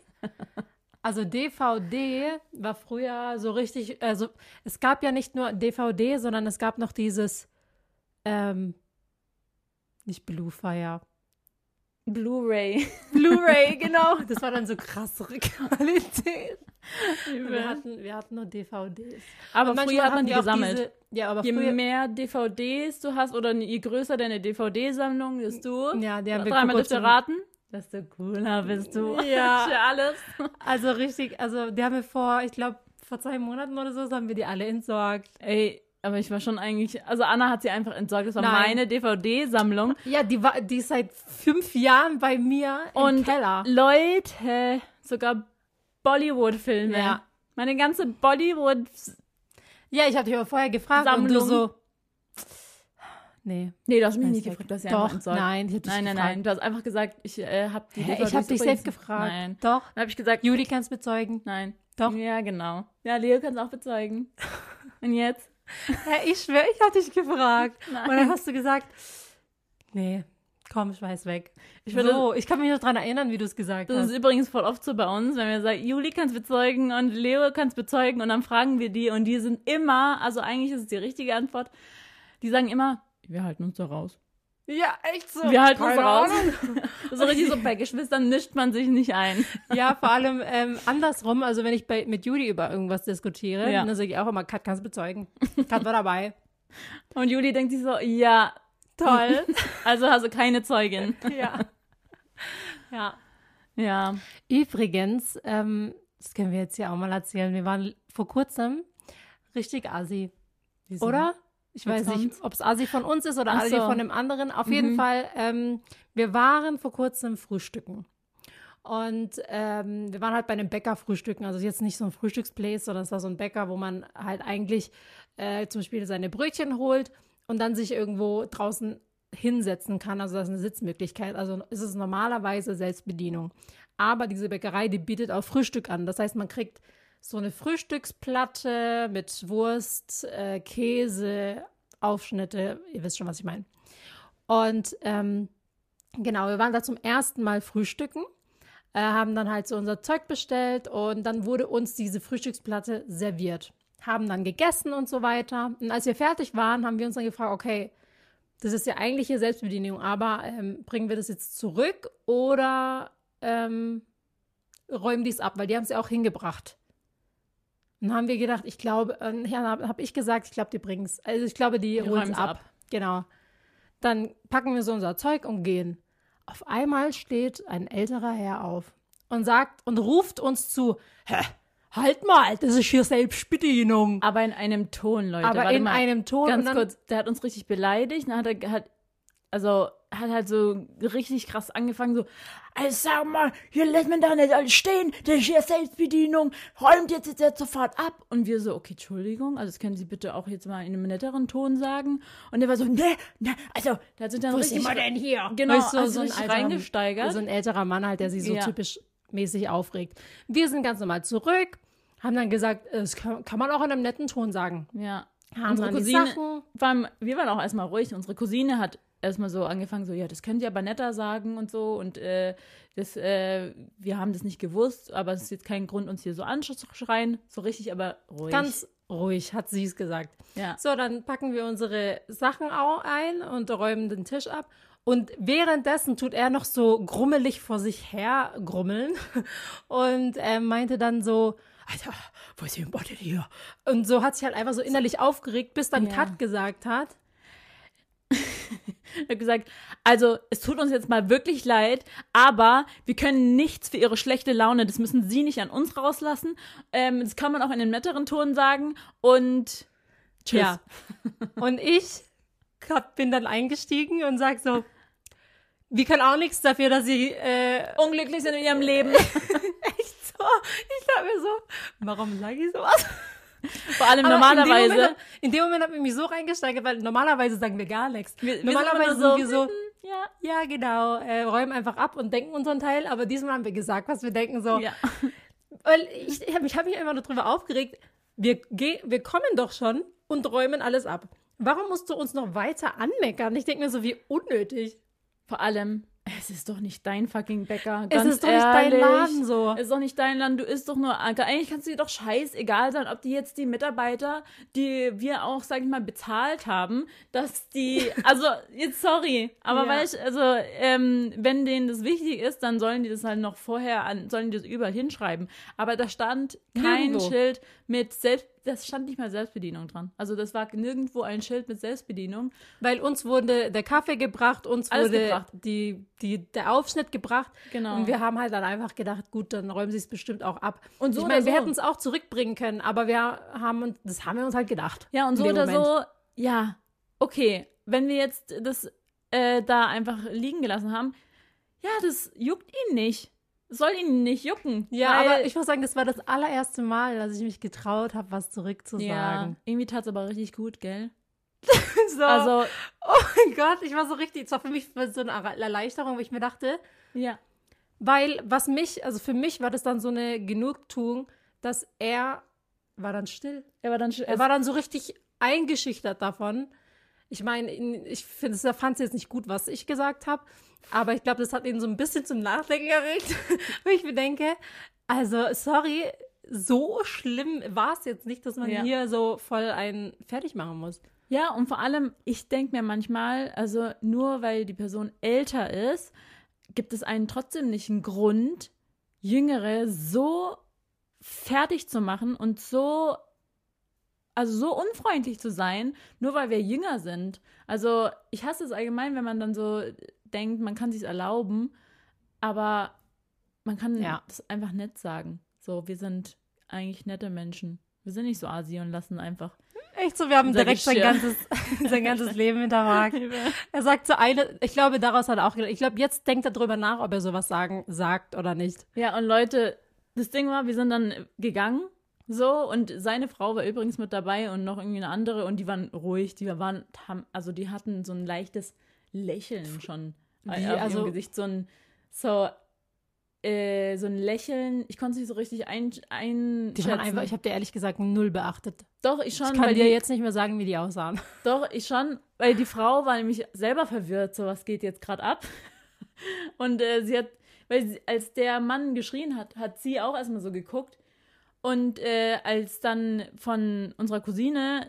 Speaker 1: *laughs*
Speaker 2: Also DVD war früher so richtig, also es gab ja nicht nur DVD, sondern es gab noch dieses, ähm, nicht Blue Fire,
Speaker 1: Blu-ray. *laughs*
Speaker 2: Blu-ray, genau. *laughs* Das war dann so krassere Qualität. Wir
Speaker 1: Übel.
Speaker 2: hatten, wir hatten nur DVDs.
Speaker 1: Mhm. Aber
Speaker 2: Und manchmal
Speaker 1: früher hat
Speaker 2: hatten
Speaker 1: man die
Speaker 2: auch
Speaker 1: gesammelt.
Speaker 2: Diese, ja, aber
Speaker 1: Je
Speaker 2: früher,
Speaker 1: mehr DVDs du hast oder je größer deine DVD-Sammlung, desto
Speaker 2: ja, die haben wir
Speaker 1: dreimal
Speaker 2: geguckt
Speaker 1: dürft ihr
Speaker 2: und-
Speaker 1: raten, desto cooler bist du *laughs*
Speaker 2: Ja.
Speaker 1: für alles.
Speaker 2: Also richtig, also die haben wir vor, ich glaube, vor zwei Monaten oder so, haben wir die alle entsorgt.
Speaker 1: Ey, aber ich war schon eigentlich, also Anna hat sie einfach entsorgt, das war
Speaker 2: Nein.
Speaker 1: meine DVD-Sammlung.
Speaker 2: Ja, die war, die ist seit fünf Jahren bei mir im
Speaker 1: Und
Speaker 2: Keller.
Speaker 1: Leute, sogar Bollywood-Filme.
Speaker 2: Ja.
Speaker 1: Meine ganze Bollywood,
Speaker 2: Ja, ich habe dich aber vorher gefragt und du
Speaker 1: Sammlung.
Speaker 2: so. Nee.
Speaker 1: nee, du hast mich
Speaker 2: alles
Speaker 1: nicht
Speaker 2: weg.
Speaker 1: gefragt, du hast sie einfach
Speaker 2: Doch,
Speaker 1: entsorgt.
Speaker 2: nein, ich habe dich
Speaker 1: nein, nein,
Speaker 2: gefragt.
Speaker 1: nein, du hast einfach gesagt, ich äh, hab die
Speaker 2: Hä,
Speaker 1: DVDs
Speaker 2: ich habe dich selbst
Speaker 1: übrigens-
Speaker 2: gefragt.
Speaker 1: Nein.
Speaker 2: Doch.
Speaker 1: Dann habe ich gesagt,
Speaker 2: Juli
Speaker 1: *laughs*
Speaker 2: kannst bezeugen.
Speaker 1: nein.
Speaker 2: Doch.
Speaker 1: Ja, genau. Ja, Leo kann es auch
Speaker 2: *laughs*
Speaker 1: bezeugen. Und jetzt?
Speaker 2: Hä, ich schwöre, ich habe dich gefragt.
Speaker 1: Nein.
Speaker 2: Und dann hast du gesagt, nee, komm, schmeiß weg.
Speaker 1: Ich finde,
Speaker 2: so, ich kann mich noch dran erinnern, wie du es gesagt
Speaker 1: Das
Speaker 2: hast.
Speaker 1: ist übrigens voll oft so bei uns, wenn wir sagen, Juli kann es bezeugen und Leo kann es bezeugen und dann fragen wir die und die sind immer, also eigentlich ist es die richtige Antwort, die sagen immer, wir halten uns da raus.
Speaker 2: Ja, echt so.
Speaker 1: Wir halten uns
Speaker 2: Keine
Speaker 1: raus.
Speaker 2: Ahnung.
Speaker 1: *laughs* so richtig so, bei Geschwistern mischt man sich nicht ein.
Speaker 2: Ja, vor allem ähm, andersrum, also wenn ich bei, mit Judy über irgendwas diskutiere,
Speaker 1: Ja.
Speaker 2: dann sage ich auch immer, Kat kannst bezeugen. Kat war dabei.
Speaker 1: Und Juli denkt sich so, ja,
Speaker 2: *laughs*
Speaker 1: toll. Also hast du keine Zeugin.
Speaker 2: ja. Ja.
Speaker 1: Ja.
Speaker 2: Übrigens, ähm, das können wir jetzt hier auch mal erzählen. Wir waren vor kurzem richtig assi, oder? Ich
Speaker 1: Jetzt
Speaker 2: weiß nicht, ob es assi von uns ist oder
Speaker 1: Ach
Speaker 2: assi
Speaker 1: so. Mhm.
Speaker 2: von dem anderen. Auf jeden Fall, ähm, wir waren vor kurzem frühstücken. Und ähm, wir waren halt bei einem Bäcker frühstücken. Also jetzt nicht so ein Frühstücksplace, sondern es war so ein Bäcker, wo man halt eigentlich äh, zum Beispiel seine Brötchen holt und dann sich irgendwo draußen hinsetzen kann. Also das ist eine Sitzmöglichkeit. Also ist es normalerweise Selbstbedienung. Aber diese Bäckerei, die bietet auch Frühstück an. Das heißt, man kriegt so eine Frühstücksplatte mit Wurst, äh, Käse, Aufschnitte. Ihr wisst schon, was ich meine. Und ähm, genau, wir waren da zum ersten Mal frühstücken, äh, haben dann halt so unser Zeug bestellt und dann wurde uns diese Frühstücksplatte serviert. Haben dann gegessen und so weiter. Und als wir fertig waren, haben wir uns dann gefragt, okay, das ist ja eigentlich hier Selbstbedienung, aber ähm, bringen wir das jetzt zurück oder ähm, räumen die es ab, weil die haben es ja auch hingebracht. Und dann haben wir gedacht, ich glaube, äh, ja, habe hab ich gesagt, ich glaube, die bringen es. Also ich glaube, die,
Speaker 1: Die
Speaker 2: holen es
Speaker 1: räumen's
Speaker 2: ab.
Speaker 1: ab.
Speaker 2: Genau. Dann packen wir so unser Zeug und gehen. Auf einmal steht ein älterer Herr auf und sagt und ruft uns zu, Hä, halt mal, das ist hier Selbstbedienung.
Speaker 1: Aber in einem Ton, Leute.
Speaker 2: Aber
Speaker 1: Warte
Speaker 2: in
Speaker 1: mal.
Speaker 2: einem Ton. und
Speaker 1: Ganz
Speaker 2: dann,
Speaker 1: kurz, der hat uns richtig beleidigt. Dann hat er hat, also hat halt so richtig krass angefangen, so, also sag mal, hier lässt man da nicht alles stehen, das ist hier Selbstbedienung, räumt jetzt, jetzt, jetzt sofort ab. Und wir so, okay, Entschuldigung, also das können Sie bitte auch jetzt mal in einem netteren Ton sagen. Und der war so, ne, ne, also, da hat sich dann
Speaker 2: Wo
Speaker 1: richtig,
Speaker 2: sind wir denn hier?
Speaker 1: Genau,
Speaker 2: Weißt du,
Speaker 1: also
Speaker 2: so ein
Speaker 1: richtig
Speaker 2: alter-
Speaker 1: reingesteigert.
Speaker 2: So ein älterer Mann halt, der sich so
Speaker 1: Ja.
Speaker 2: typisch mäßig aufregt. Wir sind ganz normal zurück, haben dann gesagt, das kann, kann man auch in einem netten Ton sagen.
Speaker 1: ja.
Speaker 2: Haben
Speaker 1: unsere
Speaker 2: dann die
Speaker 1: Cousine,
Speaker 2: Sachen.
Speaker 1: vor allem, wir waren auch erstmal ruhig, unsere Cousine hat erstmal so angefangen, so, ja, das können sie aber netter sagen und so und äh, das, äh, wir haben das nicht gewusst, aber es ist jetzt kein Grund, uns hier so anzuschreien, so richtig, aber ruhig.
Speaker 2: Ganz ruhig, hat sie es gesagt.
Speaker 1: ja.
Speaker 2: So, dann packen wir unsere Sachen auch ein und räumen den Tisch ab. Und währenddessen tut er noch so grummelig vor sich her grummeln *laughs* und äh, meinte dann so, Alter, wo sind wir denn hier? Und so hat sich halt einfach so innerlich aufgeregt, bis dann
Speaker 1: Ja.
Speaker 2: Kat gesagt hat,
Speaker 1: Er hat gesagt, also es tut uns jetzt mal wirklich leid, aber wir können nichts für ihre schlechte Laune, das müssen sie nicht an uns rauslassen, ähm, das kann man auch in einem netteren Ton sagen und tschüss. *laughs*
Speaker 2: Ja. Und ich hab, bin dann eingestiegen und sag so, wir können auch nichts dafür, dass sie äh, *laughs*
Speaker 1: Unglücklich sind in ihrem Leben.
Speaker 2: echt so. Ich dachte mir so, warum sage ich sowas?
Speaker 1: Vor allem
Speaker 2: Aber In
Speaker 1: normalerweise.
Speaker 2: dem, Moment, in dem Moment habe ich mich so reingesteigert, weil normalerweise sagen wir gar nichts.
Speaker 1: wir sind
Speaker 2: normalerweise
Speaker 1: immer nur "Hm."
Speaker 2: sind wir so, "Hm,
Speaker 1: ja,
Speaker 2: ja genau, äh, räumen einfach ab und denken unseren Teil, aber diesmal haben wir gesagt, was wir denken so.
Speaker 1: ja.
Speaker 2: Weil ich, ich habe mich, hab mich einfach nur drüber aufgeregt. Wir, ge wir kommen doch schon und räumen alles ab. Warum musst du uns noch weiter anmeckern? Ich denke mir so, wie unnötig.
Speaker 1: Vor allem, es ist doch nicht dein fucking Bäcker.
Speaker 2: Es
Speaker 1: Ganz
Speaker 2: ist doch nicht
Speaker 1: ehrlich.
Speaker 2: dein Laden so.
Speaker 1: Es ist doch nicht dein Laden. Du isst doch nur. Eigentlich kannst du dir doch scheißegal sein, ob die jetzt die Mitarbeiter, die wir auch, sag ich mal, bezahlt haben, dass
Speaker 2: *laughs*
Speaker 1: die. Also, jetzt sorry. Aber
Speaker 2: Ja.
Speaker 1: weil ich, also, ähm, wenn denen das wichtig ist, dann sollen die das halt noch vorher an, sollen die das überall hinschreiben. Aber da stand kein
Speaker 2: Nirgendwo.
Speaker 1: Schild mit selbst. Das stand nicht mal Selbstbedienung dran. Also das war nirgendwo ein Schild mit Selbstbedienung.
Speaker 2: Weil uns wurde der Kaffee gebracht, uns
Speaker 1: Alles
Speaker 2: wurde
Speaker 1: gebracht.
Speaker 2: Die, die, der Aufschnitt gebracht.
Speaker 1: Genau.
Speaker 2: Und wir haben halt dann einfach gedacht, gut, dann räumen sie es bestimmt auch ab.
Speaker 1: Und so
Speaker 2: ich
Speaker 1: oder
Speaker 2: meine, wir
Speaker 1: so.
Speaker 2: hätten es auch zurückbringen können, aber wir haben uns, das haben wir uns halt gedacht.
Speaker 1: Ja, und
Speaker 2: in
Speaker 1: so
Speaker 2: dem
Speaker 1: oder
Speaker 2: Moment.
Speaker 1: so, ja, okay, wenn wir jetzt das äh, da einfach liegen gelassen haben, ja, das juckt ihn nicht. Soll ihn nicht jucken.
Speaker 2: Ja,
Speaker 1: weil,
Speaker 2: aber ich muss sagen, das war das allererste Mal, dass ich mich getraut habe, was
Speaker 1: ja,
Speaker 2: zurückzusagen.
Speaker 1: irgendwie tat's aber richtig gut, gell?
Speaker 2: *laughs* So,
Speaker 1: Also,
Speaker 2: oh mein Gott, ich war so richtig, es war für mich so eine Erleichterung, wo ich mir dachte,
Speaker 1: ja.
Speaker 2: Weil was mich, also für mich war das dann so eine Genugtuung, dass er war dann still.
Speaker 1: Er war dann sch-
Speaker 2: Er war dann so richtig eingeschüchtert davon, Ich meine, ihn- ich finde, er fand es jetzt nicht gut, was ich gesagt habe, aber ich glaube, das hat ihn so ein bisschen zum Nachdenken erregt, *laughs* wo ich mir denke, also sorry, so schlimm war es jetzt nicht, dass man
Speaker 1: Ja.
Speaker 2: hier so voll einen fertig machen muss.
Speaker 1: Ja, und vor allem, ich denke mir manchmal, also nur weil die Person älter ist, gibt es einen trotzdem nicht einen Grund, Jüngere so fertig zu machen und so, also so unfreundlich zu sein, nur weil wir jünger sind. Also ich hasse es allgemein, wenn man dann so denkt, man kann sich erlauben, aber man kann
Speaker 2: Ja.
Speaker 1: das einfach nett sagen. So, wir sind eigentlich nette Menschen. Wir sind nicht so asi und lassen einfach.
Speaker 2: Echt so, wir haben
Speaker 1: Unser
Speaker 2: direkt sein
Speaker 1: Geschirr.
Speaker 2: *laughs* ganzes, sein ganzes Leben hinterfragt. Er sagt so eine, ich glaube, daraus hat er auch gedacht, ich glaube, jetzt denkt er drüber nach, ob er sowas sagen, sagt oder nicht.
Speaker 1: Ja, und Leute, das Ding war, wir sind dann gegangen, so, und seine Frau war übrigens mit dabei und noch irgendwie eine andere und die waren ruhig, die waren, haben, also die hatten so ein leichtes Lächeln schon
Speaker 2: Wie,
Speaker 1: auf
Speaker 2: also-
Speaker 1: ihrem Gesicht, so ein, so, äh, so ein Lächeln, ich konnte es nicht so richtig ein, einschätzen.
Speaker 2: Die waren einfach, ich habe dir ehrlich gesagt null beachtet.
Speaker 1: doch, ich schon,
Speaker 2: Ich
Speaker 1: weil
Speaker 2: kann dir
Speaker 1: die-
Speaker 2: jetzt nicht mehr sagen, wie die aussahen.
Speaker 1: Doch, ich schon, weil die Frau war nämlich selber verwirrt, so was geht jetzt gerade ab. *laughs* Und äh, sie hat, weil sie, als der Mann geschrien hat, hat sie auch erstmal so geguckt. Und äh, als dann von unserer Cousine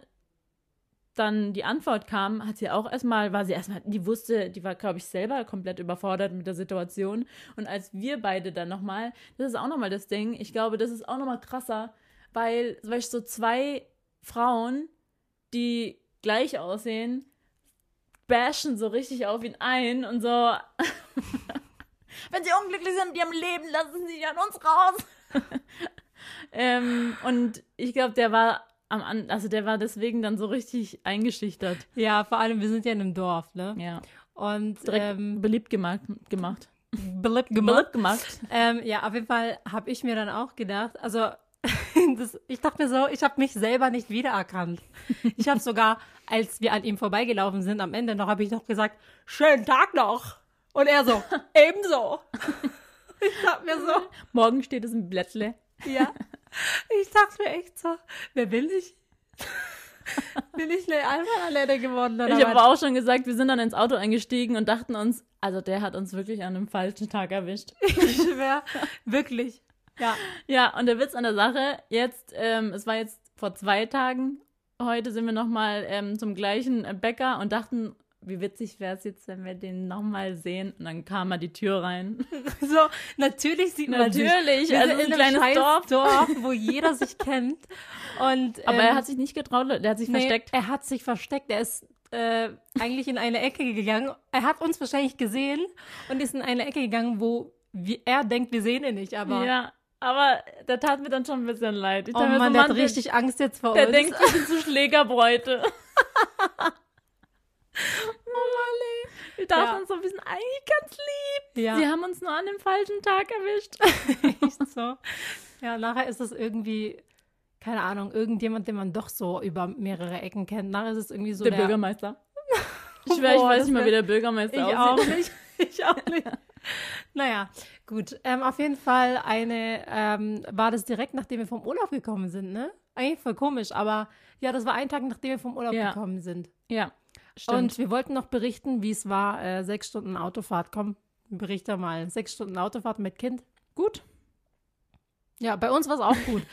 Speaker 1: dann die Antwort kam, hat sie auch erstmal, war sie erstmal, die wusste, die war, glaube ich, selber komplett überfordert mit der Situation. Und als wir beide dann nochmal, das ist auch nochmal das Ding, ich glaube, das ist auch nochmal krasser, weil, weißt du, so zwei Frauen, die gleich aussehen, bashen so richtig auf ihn ein und so. *laughs* Wenn sie unglücklich sind mit ihrem Leben, lassen sie sich an uns raus. *laughs* ähm, und ich glaube, der war am An also der war deswegen dann so richtig eingeschüchtert.
Speaker 2: Ja, vor allem, wir sind ja in einem Dorf, ne?
Speaker 1: Ja.
Speaker 2: Und
Speaker 1: Direkt
Speaker 2: ähm,
Speaker 1: beliebt gemacht. gemacht.
Speaker 2: beliebt
Speaker 1: Beliebt gemacht.
Speaker 2: Ähm, ja, auf jeden Fall habe ich mir dann auch gedacht, also *laughs* das, ich dachte mir so, ich habe mich selber nicht wiedererkannt. Ich habe sogar, als wir an ihm vorbeigelaufen sind, am Ende noch, habe ich noch gesagt, schönen Tag noch. Und er
Speaker 1: *laughs*
Speaker 2: so, ebenso. *laughs* Ich dachte mir so,
Speaker 1: Morgen steht es im Blättle.
Speaker 2: ja. Ich dachte mir echt so, wer bin
Speaker 1: *laughs*
Speaker 2: ich? Bin ich eine Alpha-Alette geworden oder
Speaker 1: Ich habe
Speaker 2: was?
Speaker 1: aber auch schon gesagt, wir sind dann ins Auto eingestiegen und dachten uns, also der hat uns wirklich an einem falschen Tag erwischt.
Speaker 2: Ich *laughs* schwör, wirklich. Ja.
Speaker 1: Ja, und der Witz an der Sache, jetzt, ähm, es war jetzt vor zwei Tagen, heute sind wir nochmal ähm, zum gleichen äh, Bäcker und dachten, wie witzig wäre es jetzt, wenn wir den nochmal sehen. Und dann kam er die Tür rein.
Speaker 2: *laughs* So, natürlich sieht man sich.
Speaker 1: Natürlich,
Speaker 2: Wir
Speaker 1: also ein
Speaker 2: sind in einem
Speaker 1: kleines
Speaker 2: scheiß
Speaker 1: Dorf.
Speaker 2: wo jeder sich kennt. Und,
Speaker 1: Aber
Speaker 2: ähm,
Speaker 1: er hat sich nicht getraut, Leute, der hat sich
Speaker 2: nee,
Speaker 1: versteckt.
Speaker 2: Er hat sich versteckt. Er ist äh, eigentlich in eine Ecke gegangen. Er hat uns wahrscheinlich gesehen und ist in eine Ecke gegangen, wo wir, er denkt, wir sehen ihn nicht. Aber
Speaker 1: Ja, aber der tat mir dann schon ein bisschen leid. Ich
Speaker 2: oh
Speaker 1: dachte mir
Speaker 2: Mann,
Speaker 1: so,
Speaker 2: der hat
Speaker 1: Mann,
Speaker 2: richtig Angst jetzt vor
Speaker 1: der, der
Speaker 2: uns.
Speaker 1: denkt, ich bin zu
Speaker 2: *laughs*
Speaker 1: Schlägerbräute.
Speaker 2: oh Mann,
Speaker 1: Wir dachten
Speaker 2: Ja.
Speaker 1: uns so ein bisschen eigentlich ganz lieb.
Speaker 2: ey. Ja,
Speaker 1: Sie haben uns nur an dem falschen Tag erwischt.
Speaker 2: *laughs* echt so. Ja, nachher ist es irgendwie, keine Ahnung, irgendjemand, den man doch so über mehrere Ecken kennt. Nachher ist es irgendwie so
Speaker 1: der,
Speaker 2: der *laughs*
Speaker 1: Bürgermeister. Ich schwör, ich
Speaker 2: Boah,
Speaker 1: weiß
Speaker 2: das
Speaker 1: nicht mal,
Speaker 2: wär-
Speaker 1: wie der Bürgermeister
Speaker 2: Ich
Speaker 1: aussieht.
Speaker 2: auch nicht. *laughs* Ich auch nicht. Naja, gut. Ähm, auf jeden Fall eine, ähm, war das direkt, nachdem wir vom Urlaub gekommen sind, ne? Eigentlich voll komisch, aber ja, das war ein Tag, nachdem wir vom Urlaub
Speaker 1: Ja.
Speaker 2: gekommen sind.
Speaker 1: Ja, stimmt.
Speaker 2: Und wir wollten noch berichten, wie es war, äh, sechs Stunden Autofahrt. Komm, berichte mal. Sechs Stunden Autofahrt mit Kind.
Speaker 1: gut.
Speaker 2: Ja, bei uns war es auch gut.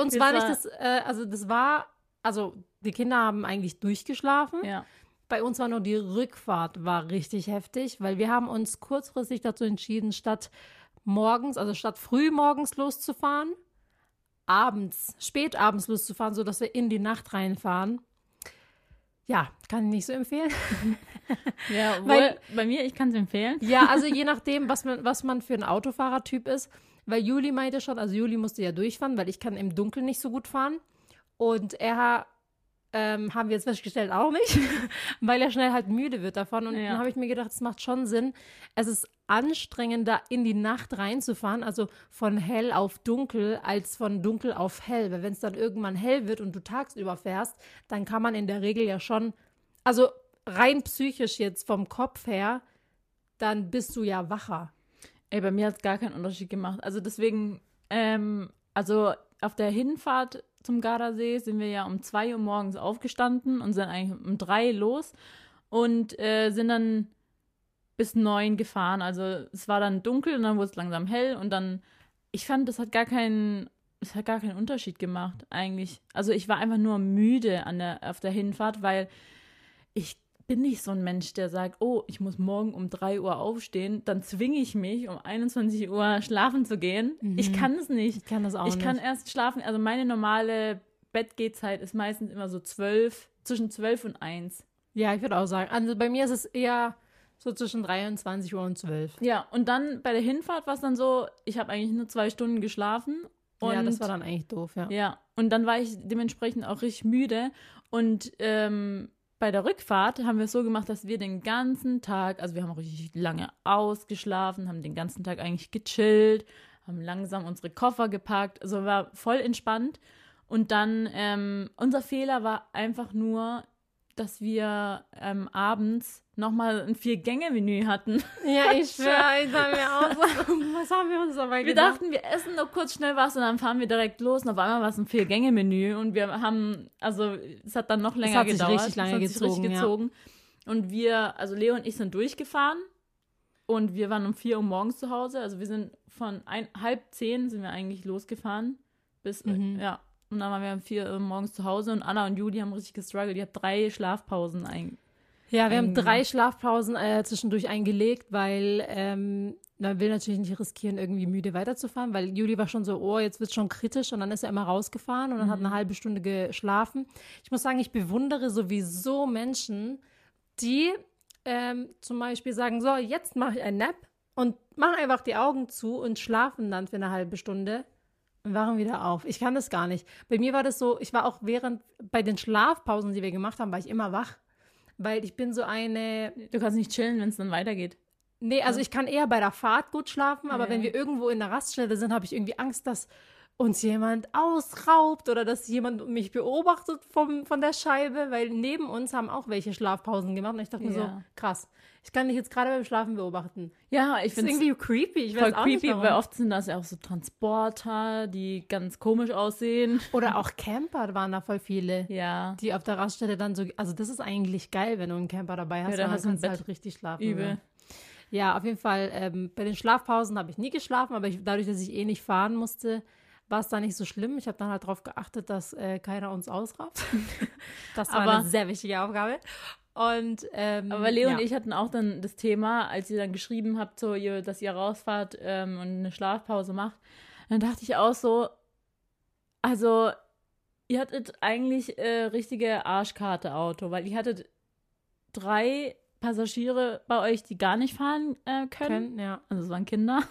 Speaker 1: *laughs*
Speaker 2: uns
Speaker 1: Es
Speaker 2: war nicht
Speaker 1: war-
Speaker 2: das, äh, also das war, also die Kinder haben eigentlich durchgeschlafen.
Speaker 1: Ja.
Speaker 2: Bei uns war nur die Rückfahrt war richtig heftig, weil wir haben uns kurzfristig dazu entschieden, statt morgens, also statt früh morgens loszufahren, abends, spät abends loszufahren, sodass wir in die Nacht reinfahren. Ja, kann ich nicht so empfehlen.
Speaker 1: Ja, obwohl,
Speaker 2: Weil-
Speaker 1: bei mir, ich kann es empfehlen.
Speaker 2: Ja, also je nachdem, was man, was man für ein Autofahrertyp ist. Weil Juli meinte schon, also Juli musste ja durchfahren, weil ich kann im Dunkeln nicht so gut fahren. Und er ähm, haben wir jetzt festgestellt auch nicht, *laughs* weil er schnell halt müde wird davon. Und
Speaker 1: Ja.
Speaker 2: dann habe ich mir gedacht, es macht schon Sinn. Es ist anstrengender, in die Nacht reinzufahren, also von hell auf dunkel, als von dunkel auf hell. Weil wenn es dann irgendwann hell wird und du tagsüber fährst, dann kann man in der Regel ja schon, also rein psychisch jetzt vom Kopf her, dann bist du ja wacher.
Speaker 1: Ey, bei mir hat es gar keinen Unterschied gemacht. Also deswegen, ähm, also auf der Hinfahrt zum Gardasee sind wir ja um 2 Uhr morgens aufgestanden und sind eigentlich um 3 los und äh, sind dann bis 9 gefahren. Also es war dann dunkel und dann wurde es langsam hell und dann, ich fand, das hat gar keinen, das hat gar keinen Unterschied gemacht eigentlich. Also ich war einfach nur müde an der, auf der Hinfahrt, weil ich bin nicht so ein Mensch, der sagt, oh, ich muss morgen um 3 Uhr aufstehen, dann zwinge ich mich, um 21 Uhr schlafen zu gehen. Ich kann es nicht.
Speaker 2: Ich kann das Mhm. auch
Speaker 1: Ich
Speaker 2: nicht.
Speaker 1: kann erst schlafen, also meine normale Bettgehzeit ist meistens immer so zwölf, zwischen zwölf und eins.
Speaker 2: ja, ich würde auch sagen. Also bei mir ist es eher so zwischen 23 Uhr und 12.
Speaker 1: Ja, und dann bei der Hinfahrt war es dann so, ich habe eigentlich nur zwei Stunden geschlafen. Und
Speaker 2: ja, das war dann eigentlich doof, ja.
Speaker 1: Ja, und dann war ich dementsprechend auch richtig müde. Und ähm, bei der Rückfahrt haben wir es so gemacht, dass wir den ganzen Tag, also wir haben auch richtig lange ausgeschlafen, haben den ganzen Tag eigentlich gechillt, haben langsam unsere Koffer gepackt, also war voll entspannt. Und dann, ähm, unser Fehler war einfach nur, dass wir ähm, abends nochmal ein Vier-Gänge-Menü hatten.
Speaker 2: Ja, *laughs* ich schwöre, ich sag mir auch so, was haben wir uns dabei
Speaker 1: Wir
Speaker 2: gedacht?
Speaker 1: dachten, wir essen nur kurz schnell was und dann fahren wir direkt los. Und auf einmal war es ein Vier-Gänge-Menü und wir haben, also es hat dann noch länger
Speaker 2: hat sich
Speaker 1: gedauert.
Speaker 2: richtig lange
Speaker 1: es hat Sich
Speaker 2: gezogen,
Speaker 1: richtig
Speaker 2: ja.
Speaker 1: gezogen. Und wir, also Leo und ich sind durchgefahren und wir waren um 4 Uhr morgens zu Hause. Also wir sind von ein, halb zehn sind wir eigentlich losgefahren bis, äh,
Speaker 2: Mhm.
Speaker 1: ja. Und dann waren wir um 4 Uhr morgens zu Hause und Anna und Judy haben richtig gestruggelt. Die hat drei Schlafpausen eigentlich.
Speaker 2: Ja, wir haben
Speaker 1: Irgendwie.
Speaker 2: drei Schlafpausen äh, zwischendurch eingelegt, weil ähm, man will natürlich nicht riskieren, irgendwie müde weiterzufahren, weil Juli war schon so, oh, jetzt wird schon kritisch und dann ist er immer rausgefahren und dann hat eine halbe Stunde geschlafen. Ich muss sagen, ich bewundere sowieso Menschen, die ähm, zum Beispiel sagen, so, jetzt mache ich ein Nap und machen einfach die Augen zu und schlafen dann für eine halbe Stunde und waren wieder auf. Ich kann das gar nicht. Bei mir war das so, ich war auch während, bei den Schlafpausen, die wir gemacht haben, war ich immer wach. Weil ich bin so eine,
Speaker 1: Du kannst nicht chillen, wenn es dann weitergeht.
Speaker 2: nee, also ich kann eher bei der Fahrt gut schlafen, aber
Speaker 1: Ja.
Speaker 2: wenn wir irgendwo in der Raststätte sind, habe ich irgendwie Angst, dass uns jemand ausraubt oder dass jemand mich beobachtet vom, von der Scheibe, weil neben uns haben auch welche Schlafpausen gemacht und ich dachte mir so,
Speaker 1: Ja.
Speaker 2: krass, ich kann dich jetzt gerade beim Schlafen beobachten.
Speaker 1: Ja, ich
Speaker 2: Das ist
Speaker 1: finde
Speaker 2: irgendwie creepy, ich weiß
Speaker 1: Voll
Speaker 2: auch
Speaker 1: creepy,
Speaker 2: nicht
Speaker 1: weil
Speaker 2: warum.
Speaker 1: oft sind das ja auch so Transporter, die ganz komisch aussehen.
Speaker 2: Oder auch Camper waren da voll viele.
Speaker 1: Ja,
Speaker 2: Die auf der Raststätte dann so, also das ist eigentlich geil, wenn du einen Camper dabei hast,
Speaker 1: dann
Speaker 2: weil dann
Speaker 1: hast du ein
Speaker 2: kannst du
Speaker 1: Bett.
Speaker 2: halt richtig schlafen.
Speaker 1: übel.
Speaker 2: ne? Ja, auf jeden Fall. Ähm, bei den Schlafpausen habe ich nie geschlafen, aber ich, dadurch, dass ich eh nicht fahren musste, war es da nicht so schlimm. Ich habe dann halt darauf geachtet, dass äh, keiner
Speaker 1: *laughs*
Speaker 2: uns ausraubt. das war
Speaker 1: Aber-
Speaker 2: eine sehr wichtige Aufgabe. Und, ähm,
Speaker 1: Aber Leo
Speaker 2: ja.
Speaker 1: und ich hatten auch dann das Thema, als ihr dann geschrieben habt, so, ihr, dass ihr rausfahrt ähm, und eine Schlafpause macht, dann dachte ich auch so, also ihr hattet eigentlich äh, richtige Arschkarte Auto, weil ihr hattet drei Passagiere bei euch, die gar nicht fahren äh, können.
Speaker 2: können, ja.
Speaker 1: also es waren Kinder.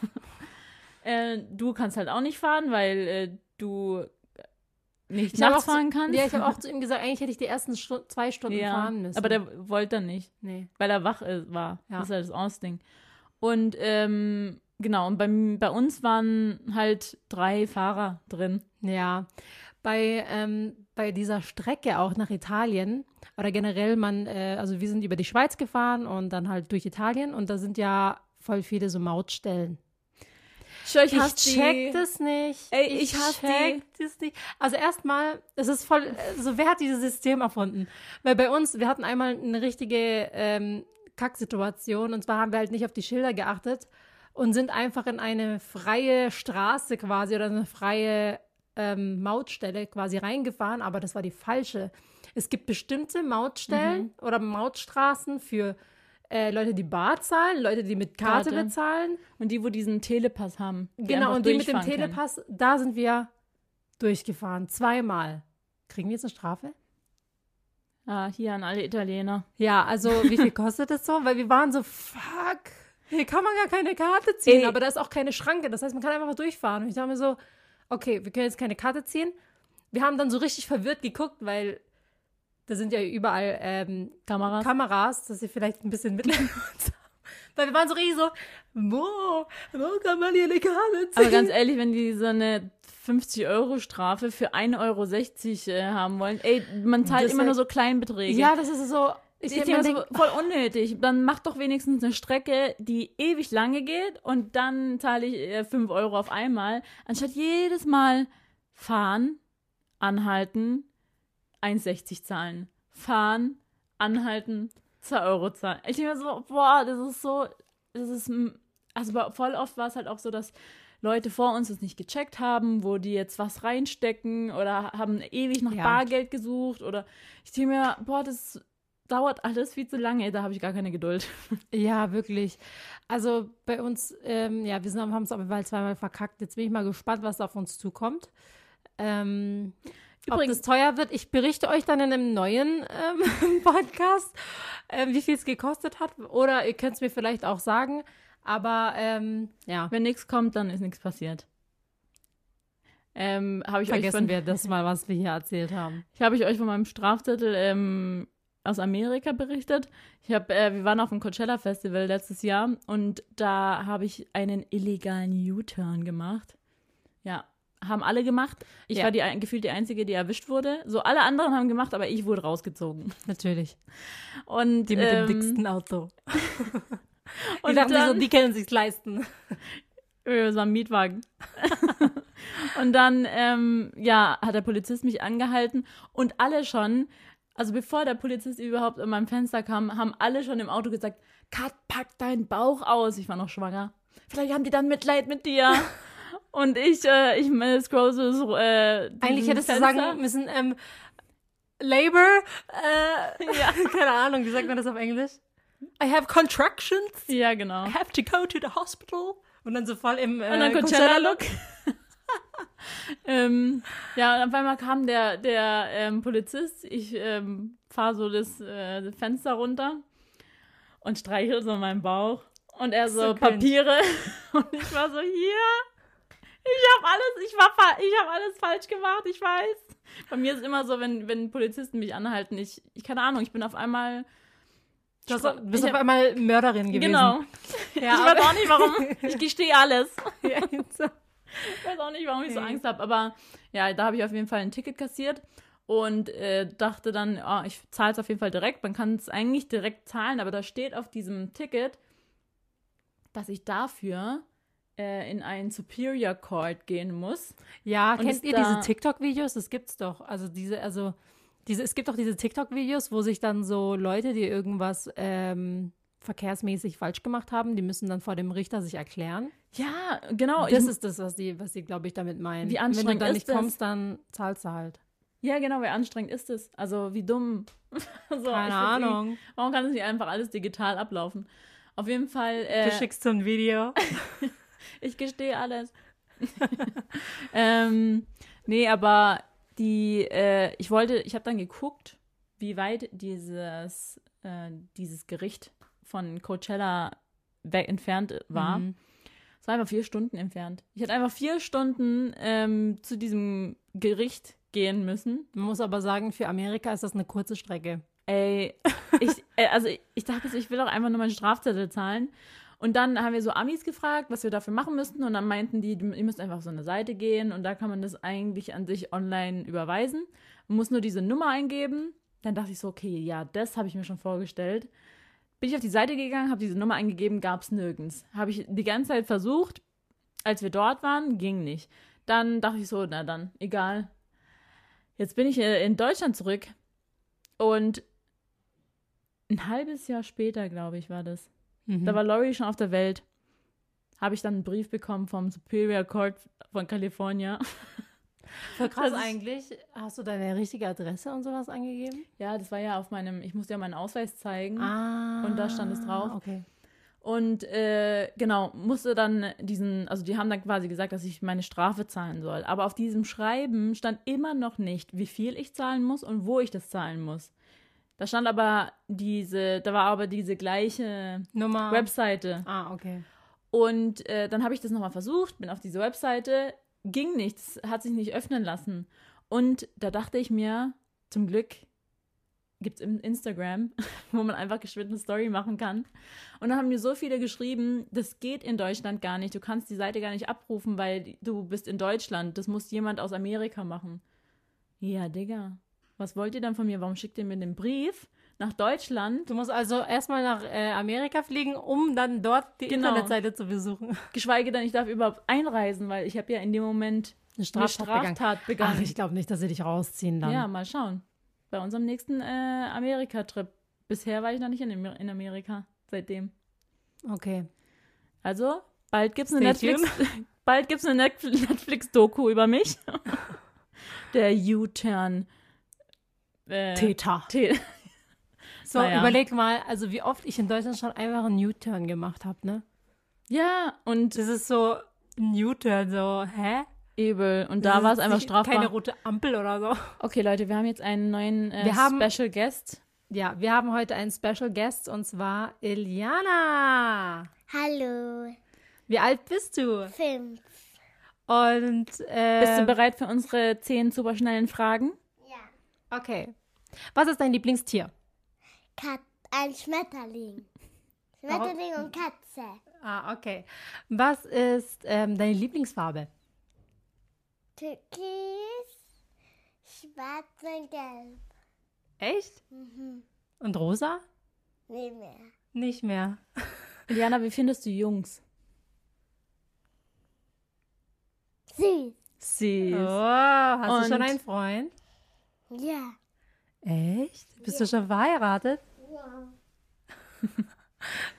Speaker 1: *laughs* äh, du kannst halt auch nicht fahren, weil äh, du nicht
Speaker 2: Ich hab
Speaker 1: nachts
Speaker 2: auch zu-
Speaker 1: fahren kannst.
Speaker 2: Ja, ich habe auch zu ihm gesagt, eigentlich hätte ich die ersten Stu zwei Stunden
Speaker 1: Ja,
Speaker 2: fahren müssen.
Speaker 1: Aber der wollte dann nicht,
Speaker 2: nee.
Speaker 1: weil er wach äh, war.
Speaker 2: Ja.
Speaker 1: Das ist halt das Ausding. Und ähm, genau, und bei, m- bei uns waren halt drei Fahrer drin.
Speaker 2: Ja, bei, ähm, bei dieser Strecke auch nach Italien oder generell, man, äh, also wir sind über die Schweiz gefahren und dann halt durch Italien und da sind ja voll viele so Mautstellen.
Speaker 1: Ich,
Speaker 2: Ich check das nicht.
Speaker 1: Ey, ich hasse
Speaker 2: check das nicht. Also erstmal, es ist voll, äh, so wer hat dieses System erfunden? Weil bei uns, wir hatten einmal eine richtige ähm, Kacksituation und zwar haben wir halt nicht auf die Schilder geachtet und sind einfach in eine freie Straße quasi oder eine freie ähm, Mautstelle quasi reingefahren, aber das war die falsche. Es gibt bestimmte Mautstellen
Speaker 1: Mhm.
Speaker 2: oder Mautstraßen für äh, Leute, die Bar zahlen, Leute, die mit Karte,
Speaker 1: Karte.
Speaker 2: bezahlen.
Speaker 1: Und die, wo diesen Telepass haben. Die
Speaker 2: Genau,
Speaker 1: einfach
Speaker 2: und die mit dem
Speaker 1: durchfahren können.
Speaker 2: Telepass, da sind wir durchgefahren. Zweimal. Kriegen wir jetzt eine Strafe?
Speaker 1: Ah, hier an alle Italiener.
Speaker 2: Ja, also wie viel *laughs* kostet das so? Weil wir waren so, fuck, hier kann man gar keine Karte ziehen,
Speaker 1: Ey.
Speaker 2: aber da ist auch keine Schranke. Das heißt, man kann einfach durchfahren. Und ich dachte mir so, okay, wir können jetzt keine Karte ziehen. Wir haben dann so richtig verwirrt geguckt, weil da sind ja überall ähm,
Speaker 1: Kameras.
Speaker 2: Kameras, dass sie vielleicht ein bisschen *laughs* mitnehmen. Weil wir waren so richtig so, wo, wo kann man hier eine Karte ziehen?
Speaker 1: Aber ganz ehrlich, wenn die so eine 50-Euro-Strafe für 1,60 Euro äh, haben wollen, ey, man zahlt
Speaker 2: Das
Speaker 1: immer
Speaker 2: ist-
Speaker 1: nur so Kleinbeträge.
Speaker 2: Ja, das ist so. Ich
Speaker 1: Ich
Speaker 2: denk
Speaker 1: finde
Speaker 2: mir
Speaker 1: das
Speaker 2: so,
Speaker 1: voll unnötig. Dann mach doch wenigstens eine Strecke, die ewig lange geht und äh, dann zahle ich 5 Euro auf einmal, anstatt jedes Mal fahren, anhalten, 1,60 zahlen. Fahren, anhalten, 2 Euro zahlen. Ich denke mir so, boah, das ist so, das ist, m- also bei- voll oft war es halt auch so, dass Leute vor uns das nicht gecheckt haben, wo die jetzt was reinstecken oder haben ewig nach
Speaker 2: Ja.
Speaker 1: Bargeld gesucht oder ich denke mir, boah, das dauert alles viel zu lange, da habe ich gar keine Geduld.
Speaker 2: Ja, wirklich. Also bei uns, ähm, ja, wir sind- haben es auf jeden Fall zweimal verkackt. Jetzt bin ich mal gespannt, was auf uns zukommt. Ähm, ob
Speaker 1: Übrigens-
Speaker 2: das teuer wird, ich berichte euch dann in einem neuen ähm, *laughs* Podcast, ähm, wie viel es gekostet hat. Oder ihr könnt es mir vielleicht auch sagen. Aber ähm, ja,
Speaker 1: Wenn nichts kommt, dann ist nichts passiert. Ähm, habe ich euch
Speaker 2: vergessen
Speaker 1: von,
Speaker 2: wir das mal, was wir hier
Speaker 1: *laughs*
Speaker 2: erzählt haben.
Speaker 1: Ich habe ich euch von meinem Strafzettel ähm, aus Amerika berichtet. Ich habe, äh, wir waren auf dem Coachella Festival letztes Jahr und da habe ich einen illegalen U-Turn gemacht. Ja, haben alle gemacht. Ich
Speaker 2: Ja.
Speaker 1: war die ein- gefühlt die einzige, die erwischt wurde. So alle anderen haben gemacht, aber ich wurde rausgezogen.
Speaker 2: Natürlich.
Speaker 1: Und
Speaker 2: Die mit
Speaker 1: ähm,
Speaker 2: dem dicksten Auto.
Speaker 1: Und
Speaker 2: die, dachten sich so,
Speaker 1: dann,
Speaker 2: die können sich's leisten.
Speaker 1: Äh, Es war ein Mietwagen. *laughs* und dann, ähm, ja, hat der Polizist mich angehalten und alle schon, also bevor der Polizist überhaupt an meinem Fenster kam, haben alle schon im Auto gesagt, Kat, pack deinen Bauch aus. Ich war noch schwanger. Vielleicht haben die dann Mitleid mit
Speaker 2: *laughs*
Speaker 1: dir. und ich, äh, ich meine, scroll so, so äh,
Speaker 2: Eigentlich
Speaker 1: diesen
Speaker 2: hättest du
Speaker 1: Fenster.
Speaker 2: sagen müssen, ähm, Labor, äh, *laughs*
Speaker 1: *laughs*
Speaker 2: keine Ahnung, wie sagt man das auf Englisch? I have contractions,
Speaker 1: Ja, genau.
Speaker 2: I have to go to the hospital. Und dann so voll im äh,
Speaker 1: Und dann Coachella-Look. *laughs*
Speaker 2: *laughs*
Speaker 1: ähm, ja, und auf einmal kam der, der ähm, Polizist. Ich ähm, fahre so das äh, Fenster runter und streichel so meinen Bauch. Und er so,
Speaker 2: So cringe.
Speaker 1: Papiere. *laughs* Und ich war so, hier. Ich habe alles, ich war, fa- ich habe alles falsch gemacht, ich weiß. Bei mir ist immer so, wenn, wenn Polizisten mich anhalten, ich, ich keine Ahnung, ich bin auf einmal.
Speaker 2: Du hast- du bist
Speaker 1: Ich
Speaker 2: auf
Speaker 1: hab-
Speaker 2: einmal Mörderin gewesen. *laughs*
Speaker 1: Genau.
Speaker 2: Ja,
Speaker 1: ich weiß auch nicht
Speaker 2: *laughs*
Speaker 1: warum. Ich gestehe alles.
Speaker 2: aber,
Speaker 1: Ich weiß auch nicht, warum ich so
Speaker 2: Nee.
Speaker 1: Angst habe, aber ja, da habe ich auf jeden Fall ein Ticket kassiert und äh, dachte dann, ah, ich zahle es auf jeden Fall direkt. Man kann es eigentlich direkt zahlen, aber da steht auf diesem Ticket, dass ich dafür äh, in einen Superior Court gehen muss.
Speaker 2: ja,
Speaker 1: Und
Speaker 2: kennt
Speaker 1: ist
Speaker 2: ihr
Speaker 1: da-
Speaker 2: diese TikTok-Videos? Das gibt's doch. Also diese, also diese, es gibt doch diese TikTok-Videos, wo sich dann so Leute, die irgendwas ähm, verkehrsmäßig falsch gemacht haben, die müssen dann vor dem Richter sich erklären.
Speaker 1: Ja, genau.
Speaker 2: das
Speaker 1: ich,
Speaker 2: ist das, was die, was die, glaube ich, damit meinen.
Speaker 1: Wie anstrengend
Speaker 2: Wenn du da
Speaker 1: ist
Speaker 2: nicht
Speaker 1: das?
Speaker 2: kommst, dann zahlst du halt.
Speaker 1: ja, genau. Wie anstrengend ist es? Also, wie dumm. *laughs* so, ich
Speaker 2: Keine
Speaker 1: find's irgendwie-
Speaker 2: Ahnung.
Speaker 1: Warum kann es nicht einfach alles digital ablaufen? Auf jeden Fall. Äh,
Speaker 2: schickst so ein Video.
Speaker 1: Ich gestehe alles. *laughs* ähm, nee, aber die, äh, ich wollte, ich habe dann geguckt, wie weit dieses, äh, dieses Gericht von Coachella weg entfernt war.
Speaker 2: Mhm.
Speaker 1: Es war einfach vier Stunden entfernt. Ich hätte einfach vier Stunden ähm, zu diesem Gericht gehen müssen.
Speaker 2: Man muss aber sagen, für Amerika ist das eine kurze Strecke.
Speaker 1: Ey, ich, äh, also ich, ich dachte, so, ich will doch einfach nur meinen Strafzettel zahlen. Und dann haben wir so Amis gefragt, was wir dafür machen müssten. Und dann meinten die, du- ihr müsst einfach auf so eine Seite gehen und da kann man das eigentlich an sich online überweisen. Man muss nur diese Nummer eingeben. Dann dachte ich so, okay, ja, das habe ich mir schon vorgestellt. Bin ich auf die Seite gegangen, habe diese Nummer eingegeben, gab es nirgends. Habe ich die ganze Zeit versucht, als wir dort waren, ging nicht. Dann dachte ich so, na dann, egal. Jetzt bin ich äh, in Deutschland zurück und ein halbes Jahr später, glaube ich, war das.
Speaker 2: Mhm.
Speaker 1: Da war Lori schon auf der Welt. Habe ich dann einen Brief bekommen vom Superior Court von California.
Speaker 2: Voll krass
Speaker 1: das ist-
Speaker 2: eigentlich. Hast du deine richtige Adresse und sowas angegeben?
Speaker 1: Ja, das war ja auf meinem, ich musste ja meinen Ausweis zeigen.
Speaker 2: Ah.
Speaker 1: Und da stand es drauf.
Speaker 2: Okay.
Speaker 1: Und äh, genau, musste dann diesen, also die haben dann quasi gesagt, dass ich meine Strafe zahlen soll. Aber auf diesem Schreiben stand immer noch nicht, wie viel ich zahlen muss und wo ich das zahlen muss. Da stand aber diese, da war aber diese gleiche
Speaker 2: Nummer.
Speaker 1: Webseite.
Speaker 2: Ah, okay.
Speaker 1: Und äh, dann habe ich das nochmal versucht, bin auf diese Webseite, ging nichts, hat sich nicht öffnen lassen. Und da dachte ich mir, zum Glück gibt es Instagram, *laughs* wo man einfach geschwind eine Story machen kann. Und da haben mir so viele geschrieben, das geht in Deutschland gar nicht, du kannst die Seite gar nicht abrufen, weil du bist in Deutschland, das muss jemand aus Amerika machen. Ja, Digga, was wollt ihr dann von mir? Warum schickt ihr mir den Brief? nach Deutschland,
Speaker 2: Du musst also erstmal nach äh, Amerika fliegen, um dann dort die
Speaker 1: Genau.
Speaker 2: Internetseite zu besuchen.
Speaker 1: geschweige denn, ich darf überhaupt einreisen, weil ich habe ja in dem Moment
Speaker 2: Eine
Speaker 1: eine Straftat begangen.
Speaker 2: Ach, ich glaube nicht, dass sie dich rausziehen dann.
Speaker 1: Ja, mal schauen. Bei unserem nächsten äh, Amerika-Trip. Bisher war ich noch nicht in, Amer- in Amerika, seitdem.
Speaker 2: Okay.
Speaker 1: Also, bald gibt's eine
Speaker 2: Stay
Speaker 1: Netflix, *laughs* bald gibt's eine Net- Netflix-Doku über
Speaker 2: *laughs*
Speaker 1: mich. Der U-Turn. Äh,
Speaker 2: Täter.
Speaker 1: T-
Speaker 2: So,
Speaker 1: Naja.
Speaker 2: überleg mal, also wie oft ich in Deutschland schon einfach einen U-Turn gemacht habe, ne?
Speaker 1: Ja, und
Speaker 2: Das ist so ein U-Turn, so, hä?
Speaker 1: Ebel. Und
Speaker 2: Das
Speaker 1: da war es
Speaker 2: ist
Speaker 1: einfach
Speaker 2: nicht- Keine
Speaker 1: strafbar.
Speaker 2: rote Ampel oder so.
Speaker 1: Okay, Leute, wir haben jetzt einen neuen äh,
Speaker 2: Wir haben-
Speaker 1: Special Guest.
Speaker 2: Ja, wir haben heute einen Special Guest und zwar Iliana.
Speaker 3: Hallo,
Speaker 2: Wie alt bist du?
Speaker 3: fünf.
Speaker 2: Und äh,
Speaker 1: Bist du bereit für unsere zehn superschnellen Fragen?
Speaker 3: Ja.
Speaker 2: okay. Was ist dein Lieblingstier?
Speaker 3: Kat ein *laughs* Schmetterling. Schmetterling und Katze.
Speaker 2: Ah, okay. Was ist ähm, deine Lieblingsfarbe?
Speaker 3: Türkis, schwarz und gelb.
Speaker 2: Echt? Mhm. Und rosa?
Speaker 3: Nee mehr.
Speaker 2: Nicht mehr.
Speaker 1: Liana, wie findest du Jungs?
Speaker 3: Süß.
Speaker 1: Süß.
Speaker 2: Oh, hast
Speaker 1: Und-
Speaker 2: du schon einen Freund?
Speaker 3: Ja.
Speaker 2: Echt? Bist du schon verheiratet?
Speaker 3: Ja.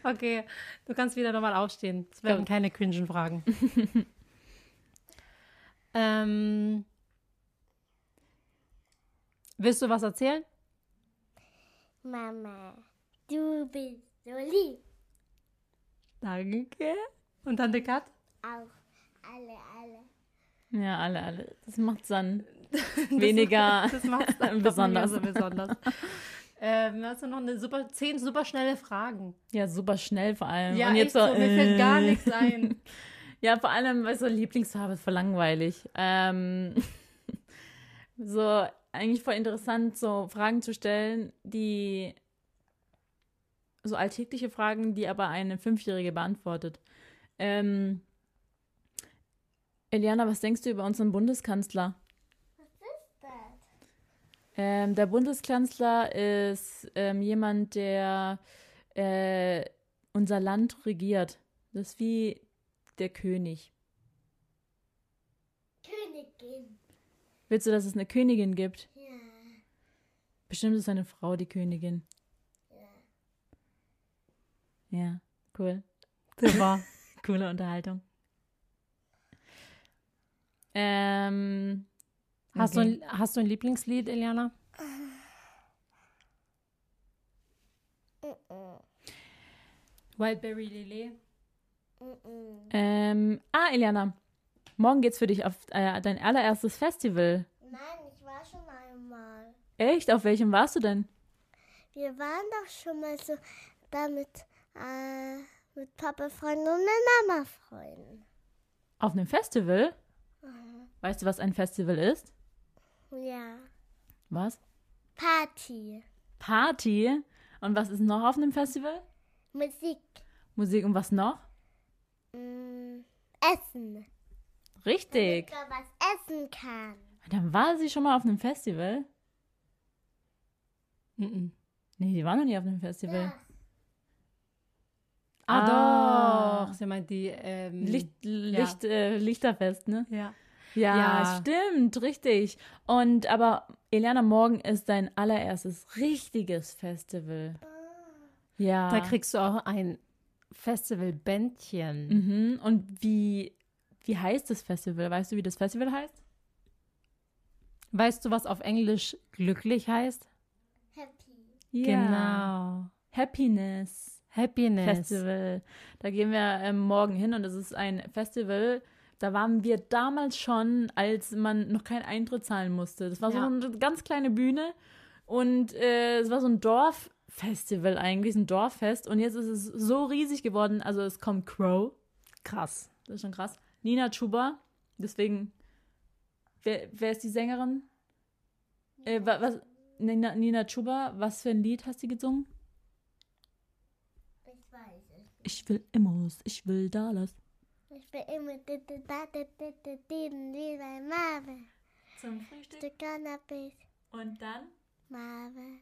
Speaker 2: Okay, du kannst wieder nochmal aufstehen. Es werden keine cringen *laughs* Fragen. ähm, willst du was erzählen?
Speaker 3: Mama, du bist so lieb.
Speaker 2: Danke. Und Tante Kat?
Speaker 3: Auch alle, alle.
Speaker 1: Ja, alle, alle. Das macht dann weniger.
Speaker 2: *laughs* Das macht
Speaker 1: Besonders.
Speaker 2: So besonders. ähm, hast du noch eine super, zehn super schnelle Fragen?
Speaker 1: Ja, super schnell vor allem.
Speaker 2: Ja,
Speaker 1: Und jetzt
Speaker 2: echt so, mir fällt gar
Speaker 1: äh.
Speaker 2: nichts ein.
Speaker 1: Ja, vor allem, weißt du, Lieblingsfarbe ist voll langweilig. Ähm, *laughs* so, eigentlich voll interessant, so Fragen zu stellen, die so alltägliche Fragen, die aber eine Fünfjährige beantwortet. Ähm, Eliana, was denkst du über unseren Bundeskanzler?
Speaker 3: Das.
Speaker 1: Ähm, der Bundeskanzler ist ähm, jemand, der äh, unser Land regiert. Das ist wie der König.
Speaker 3: Königin.
Speaker 1: Willst du, dass es eine Königin gibt?
Speaker 3: Ja.
Speaker 1: Bestimmt ist eine Frau die Königin. Ja, cool.
Speaker 2: Super.
Speaker 1: *laughs* Coole Unterhaltung. Ähm,
Speaker 2: Hast,
Speaker 1: Okay.
Speaker 2: du ein, hast du ein Lieblingslied, Eliana? Wildberry Lily.
Speaker 3: Mhm.
Speaker 1: ähm, ah, Eliana, morgen geht's für dich auf äh, dein allererstes Festival.
Speaker 3: Nein, ich war schon einmal.
Speaker 1: Echt? Auf welchem warst du denn?
Speaker 3: Wir waren doch schon mal so damit äh, mit Papa Freunden und mit Mama Freunden.
Speaker 1: Auf einem Festival?
Speaker 2: Mhm.
Speaker 1: Weißt du, was ein Festival ist?
Speaker 3: Ja.
Speaker 1: Was?
Speaker 3: Party.
Speaker 1: Party. Und was ist noch auf einem Festival?
Speaker 3: Musik.
Speaker 1: Musik und was noch?
Speaker 3: Mm, Essen.
Speaker 1: Richtig. Ah,
Speaker 3: Dass man was essen kann.
Speaker 1: Dann war sie schon mal auf einem Festival.
Speaker 2: Mhm.
Speaker 1: Nee, die war noch nie auf einem Festival.
Speaker 2: Ah,
Speaker 1: Ah.
Speaker 2: doch. Sie meint die ähm,
Speaker 1: Licht, Licht, äh, Lichterfest, ne?
Speaker 2: Ja. Ja.
Speaker 1: stimmt, richtig. Und aber Eliana, morgen ist dein allererstes richtiges Festival. Ja.
Speaker 2: Ah. Da kriegst du auch ein Festivalbändchen.
Speaker 1: mhm. Und wie, wie heißt das Festival? Weißt du, wie das Festival heißt?
Speaker 2: Weißt du, was auf Englisch glücklich heißt?
Speaker 3: Happy.
Speaker 2: Genau.
Speaker 1: Happiness
Speaker 2: Happiness.
Speaker 1: Festival. Da gehen wir ähm, morgen hin und das ist ein Festival. Da waren wir damals schon, als man noch keinen Eintritt zahlen musste. Das war so
Speaker 2: Ja.
Speaker 1: eine ganz kleine Bühne und äh, es war so ein Dorffestival eigentlich, ein Dorffest. Und jetzt ist es so riesig geworden. Also es kommt Crow,
Speaker 2: Krass.
Speaker 1: das ist schon krass. Nina Chuba, deswegen, wer, wer ist die Sängerin? Äh, wa- was, Nina, Nina Chuba, was für ein Lied hast du gesungen?
Speaker 3: Ich weiß es.
Speaker 1: Ich will Immos, ich will Dallas.
Speaker 3: Ich bin immer da da da da da wie bei Marve.
Speaker 1: Zum Frühstück
Speaker 3: Du Cannabis.
Speaker 1: und dann
Speaker 3: Marve.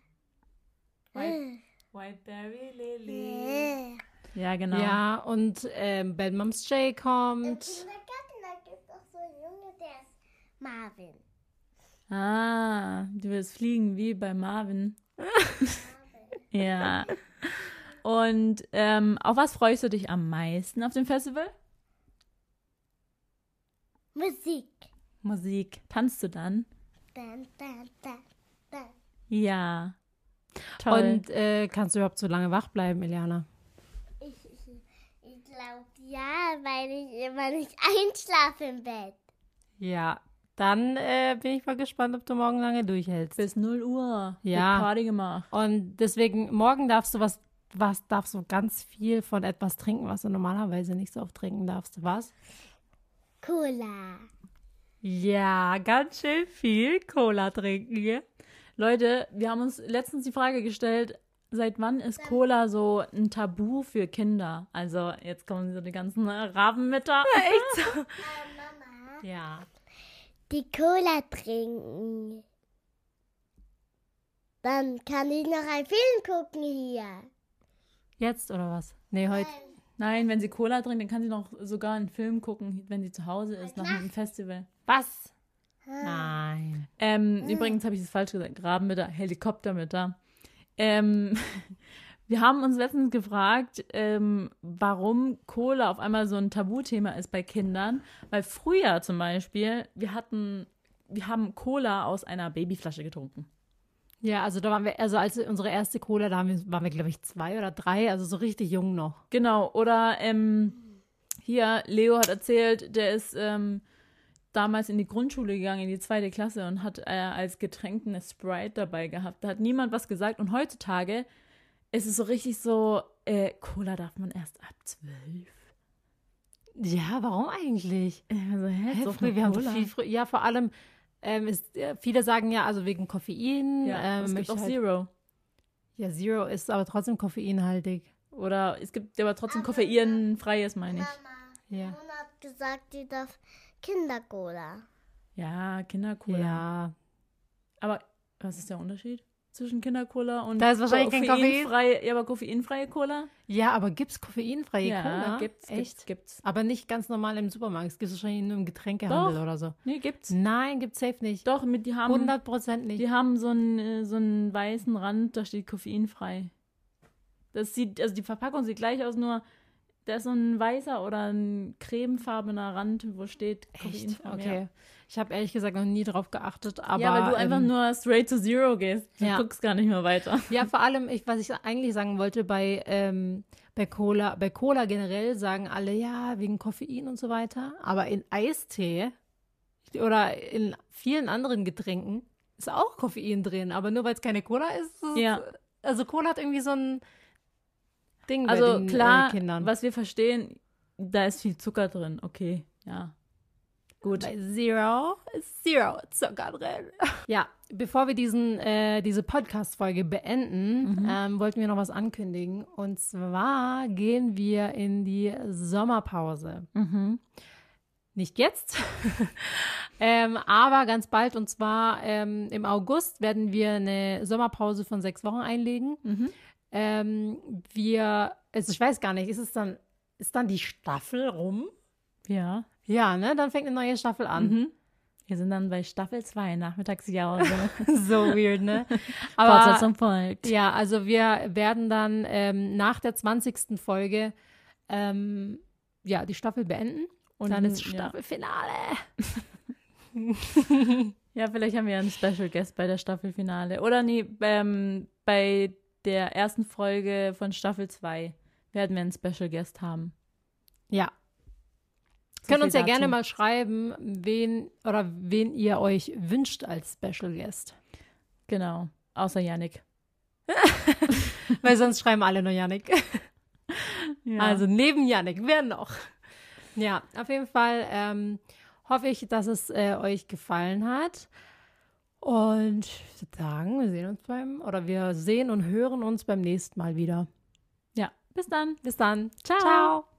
Speaker 1: White, Whiteberry Lily.
Speaker 3: Nee.
Speaker 1: Ja, genau.
Speaker 2: Ja, und ähm, Bad Moms Jay
Speaker 3: Im
Speaker 2: kommt.
Speaker 3: Kindergarten, da gibt es auch so einen Junge, der ist Marvin.
Speaker 1: Ah, du willst fliegen wie bei Marvin. ja. Und ähm, auf was freust du dich am meisten auf dem Festival?
Speaker 3: Musik.
Speaker 1: Musik. Tanzt du dann?
Speaker 3: Dun, dun, dun, dun.
Speaker 1: Ja. Toll.
Speaker 2: Und äh, kannst du überhaupt so lange wach bleiben, Eliana?
Speaker 3: Ich, ich, ich glaube ja, weil ich immer nicht einschlafe im Bett.
Speaker 2: Ja. Dann äh, bin ich mal gespannt, ob du morgen lange durchhältst.
Speaker 1: bis 0 Uhr. wird
Speaker 2: Ja.
Speaker 1: Party gemacht.
Speaker 2: Und deswegen, morgen darfst du was, was darfst du ganz viel von etwas trinken, was du normalerweise nicht so oft trinken darfst. Was?
Speaker 3: Cola.
Speaker 2: Ja, ganz schön viel Cola trinken, gell?
Speaker 1: Leute, wir haben uns letztens die Frage gestellt, seit wann ist Cola so ein Tabu für Kinder? Also jetzt kommen so die ganzen Rabenmütter. Echt?
Speaker 3: Mama.
Speaker 2: Ja.
Speaker 3: Die Cola trinken. Dann kann ich noch einen Film gucken hier.
Speaker 2: Jetzt oder was? Nee, heute.
Speaker 1: *laughs* Nein, wenn sie Cola trinkt, dann kann sie noch sogar einen Film gucken, wenn sie zu Hause ist, nach einem Festival.
Speaker 2: Was? Nein.
Speaker 1: Ähm, Übrigens habe ich das falsch gesagt. Rabenmütter, Helikoptermütter. Ähm, *laughs* wir haben uns letztens gefragt, ähm, warum Cola auf einmal so ein Tabuthema ist bei Kindern. Weil früher zum Beispiel, wir hatten, wir haben Cola aus einer Babyflasche getrunken.
Speaker 2: Ja, also da waren wir, also als unsere erste Cola, da haben wir, waren wir, glaube ich, zwei oder drei, also so richtig jung noch.
Speaker 1: Genau, oder ähm, hier, Leo hat erzählt, der ist ähm, damals in die Grundschule gegangen, in die zweite Klasse und hat äh, als Getränk eine Sprite dabei gehabt. Da hat niemand was gesagt und heutzutage ist es so richtig so, äh, Cola darf man erst ab zwölf.
Speaker 2: Ja, warum eigentlich?
Speaker 1: Also, hä,
Speaker 2: Äh, Hä,
Speaker 1: so
Speaker 2: früher,
Speaker 1: viel
Speaker 2: wir haben
Speaker 1: Cola.
Speaker 2: so viel früher, ja, vor allem, ähm, ist, äh, viele sagen ja, also wegen Koffein.
Speaker 1: ja,
Speaker 2: ähm,
Speaker 1: es
Speaker 2: ich
Speaker 1: gibt auch
Speaker 2: halt,
Speaker 1: Zero.
Speaker 2: Ja, Zero ist aber trotzdem koffeinhaltig.
Speaker 1: Oder es gibt aber trotzdem koffeinfreies, meine ich.
Speaker 3: Mama.
Speaker 2: Ja.
Speaker 3: Mama hat gesagt, die darf Kindercola.
Speaker 1: Ja, Kindercola.
Speaker 2: Ja.
Speaker 1: Aber was ist der Unterschied zwischen Kindercola und
Speaker 2: Da ist wahrscheinlich kein Koffein.
Speaker 1: koffeinfreie, ja, aber koffeinfreie Cola?
Speaker 2: Ja, aber gibt's koffeinfreie
Speaker 1: ja,
Speaker 2: Cola?
Speaker 1: gibt's,
Speaker 2: Echt?
Speaker 1: gibt's, gibt's.
Speaker 2: Aber nicht ganz normal im Supermarkt. Es gibt wahrscheinlich nur im Getränkehandel
Speaker 1: Doch.
Speaker 2: oder so.
Speaker 1: Nee, gibt's.
Speaker 2: Nein, gibt's safe nicht.
Speaker 1: Doch, mit, die haben,
Speaker 2: 100% nicht.
Speaker 1: die haben so einen, äh, so einen weißen Rand, da steht koffeinfrei. Das sieht, also die Verpackung sieht gleich aus, nur da ist so ein weißer oder ein cremefarbener Rand, wo steht
Speaker 2: Echt?
Speaker 1: koffeinfrei.
Speaker 2: Okay. Ich habe ehrlich gesagt noch nie drauf geachtet,
Speaker 1: Ja.
Speaker 2: aber
Speaker 1: ja, weil du einfach
Speaker 2: ähm,
Speaker 1: nur straight to zero gehst. Du
Speaker 2: ja.
Speaker 1: guckst gar nicht mehr weiter.
Speaker 2: Ja, vor allem, ich, was ich eigentlich sagen wollte, bei, ähm, bei Cola, bei Cola generell sagen alle, ja, wegen Koffein und so weiter. Aber in Eistee oder in vielen anderen Getränken ist auch Koffein drin. Aber nur weil es keine Cola ist, ist es-
Speaker 1: Ja.
Speaker 2: also Cola hat irgendwie so ein Ding bei
Speaker 1: Also
Speaker 2: den
Speaker 1: klar,
Speaker 2: äh, Kindern.
Speaker 1: was wir verstehen, da ist viel Zucker drin. Okay, ja. Gut.
Speaker 2: Bei Zero ist Zero Zucker drin. Ja, bevor wir diesen, äh, diese Podcast-Folge beenden, ähm, wollten wir noch was ankündigen. Und zwar gehen wir in die Sommerpause. Nicht jetzt, *laughs* ähm, aber ganz bald. Und zwar ähm, im August werden wir eine Sommerpause von sechs Wochen einlegen. Ähm, wir, also ich weiß gar nicht, ist es dann, ist dann die Staffel rum?
Speaker 1: Ja.
Speaker 2: Ja, ne? Dann fängt eine neue Staffel an.
Speaker 1: Wir sind dann bei Staffel 2, Nachmittagsjause.
Speaker 2: So weird,
Speaker 1: *laughs*
Speaker 2: ne? *laughs* Aber
Speaker 1: Fortsetzung folgt.
Speaker 2: ja, also wir werden dann ähm, nach der 20. Folge ähm, ja, die Staffel beenden. Und dann ist
Speaker 1: ja.
Speaker 2: Staffelfinale.
Speaker 1: Ja, vielleicht haben wir ja einen Special Guest bei der Staffelfinale. Oder nee, ähm, bei der ersten Folge von Staffel 2 werden wir einen Special Guest haben.
Speaker 2: Ja.
Speaker 1: So
Speaker 2: Könnt
Speaker 1: viel
Speaker 2: uns ja
Speaker 1: dazu.
Speaker 2: gerne mal schreiben, wen oder wen ihr euch wünscht als
Speaker 1: *laughs*
Speaker 2: Special Guest.
Speaker 1: Genau. Außer Yannick.
Speaker 2: Weil sonst schreiben alle nur Yannick.
Speaker 1: Ja.
Speaker 2: Also neben Yannick, wer noch? Ja, auf jeden Fall ähm, hoffe ich, dass es äh, euch gefallen hat. Und ich würde sagen, wir sehen uns beim, oder wir sehen und hören uns beim nächsten Mal wieder.
Speaker 1: ja. Bis dann.
Speaker 2: Bis dann.
Speaker 1: Ciao.
Speaker 2: Ciao.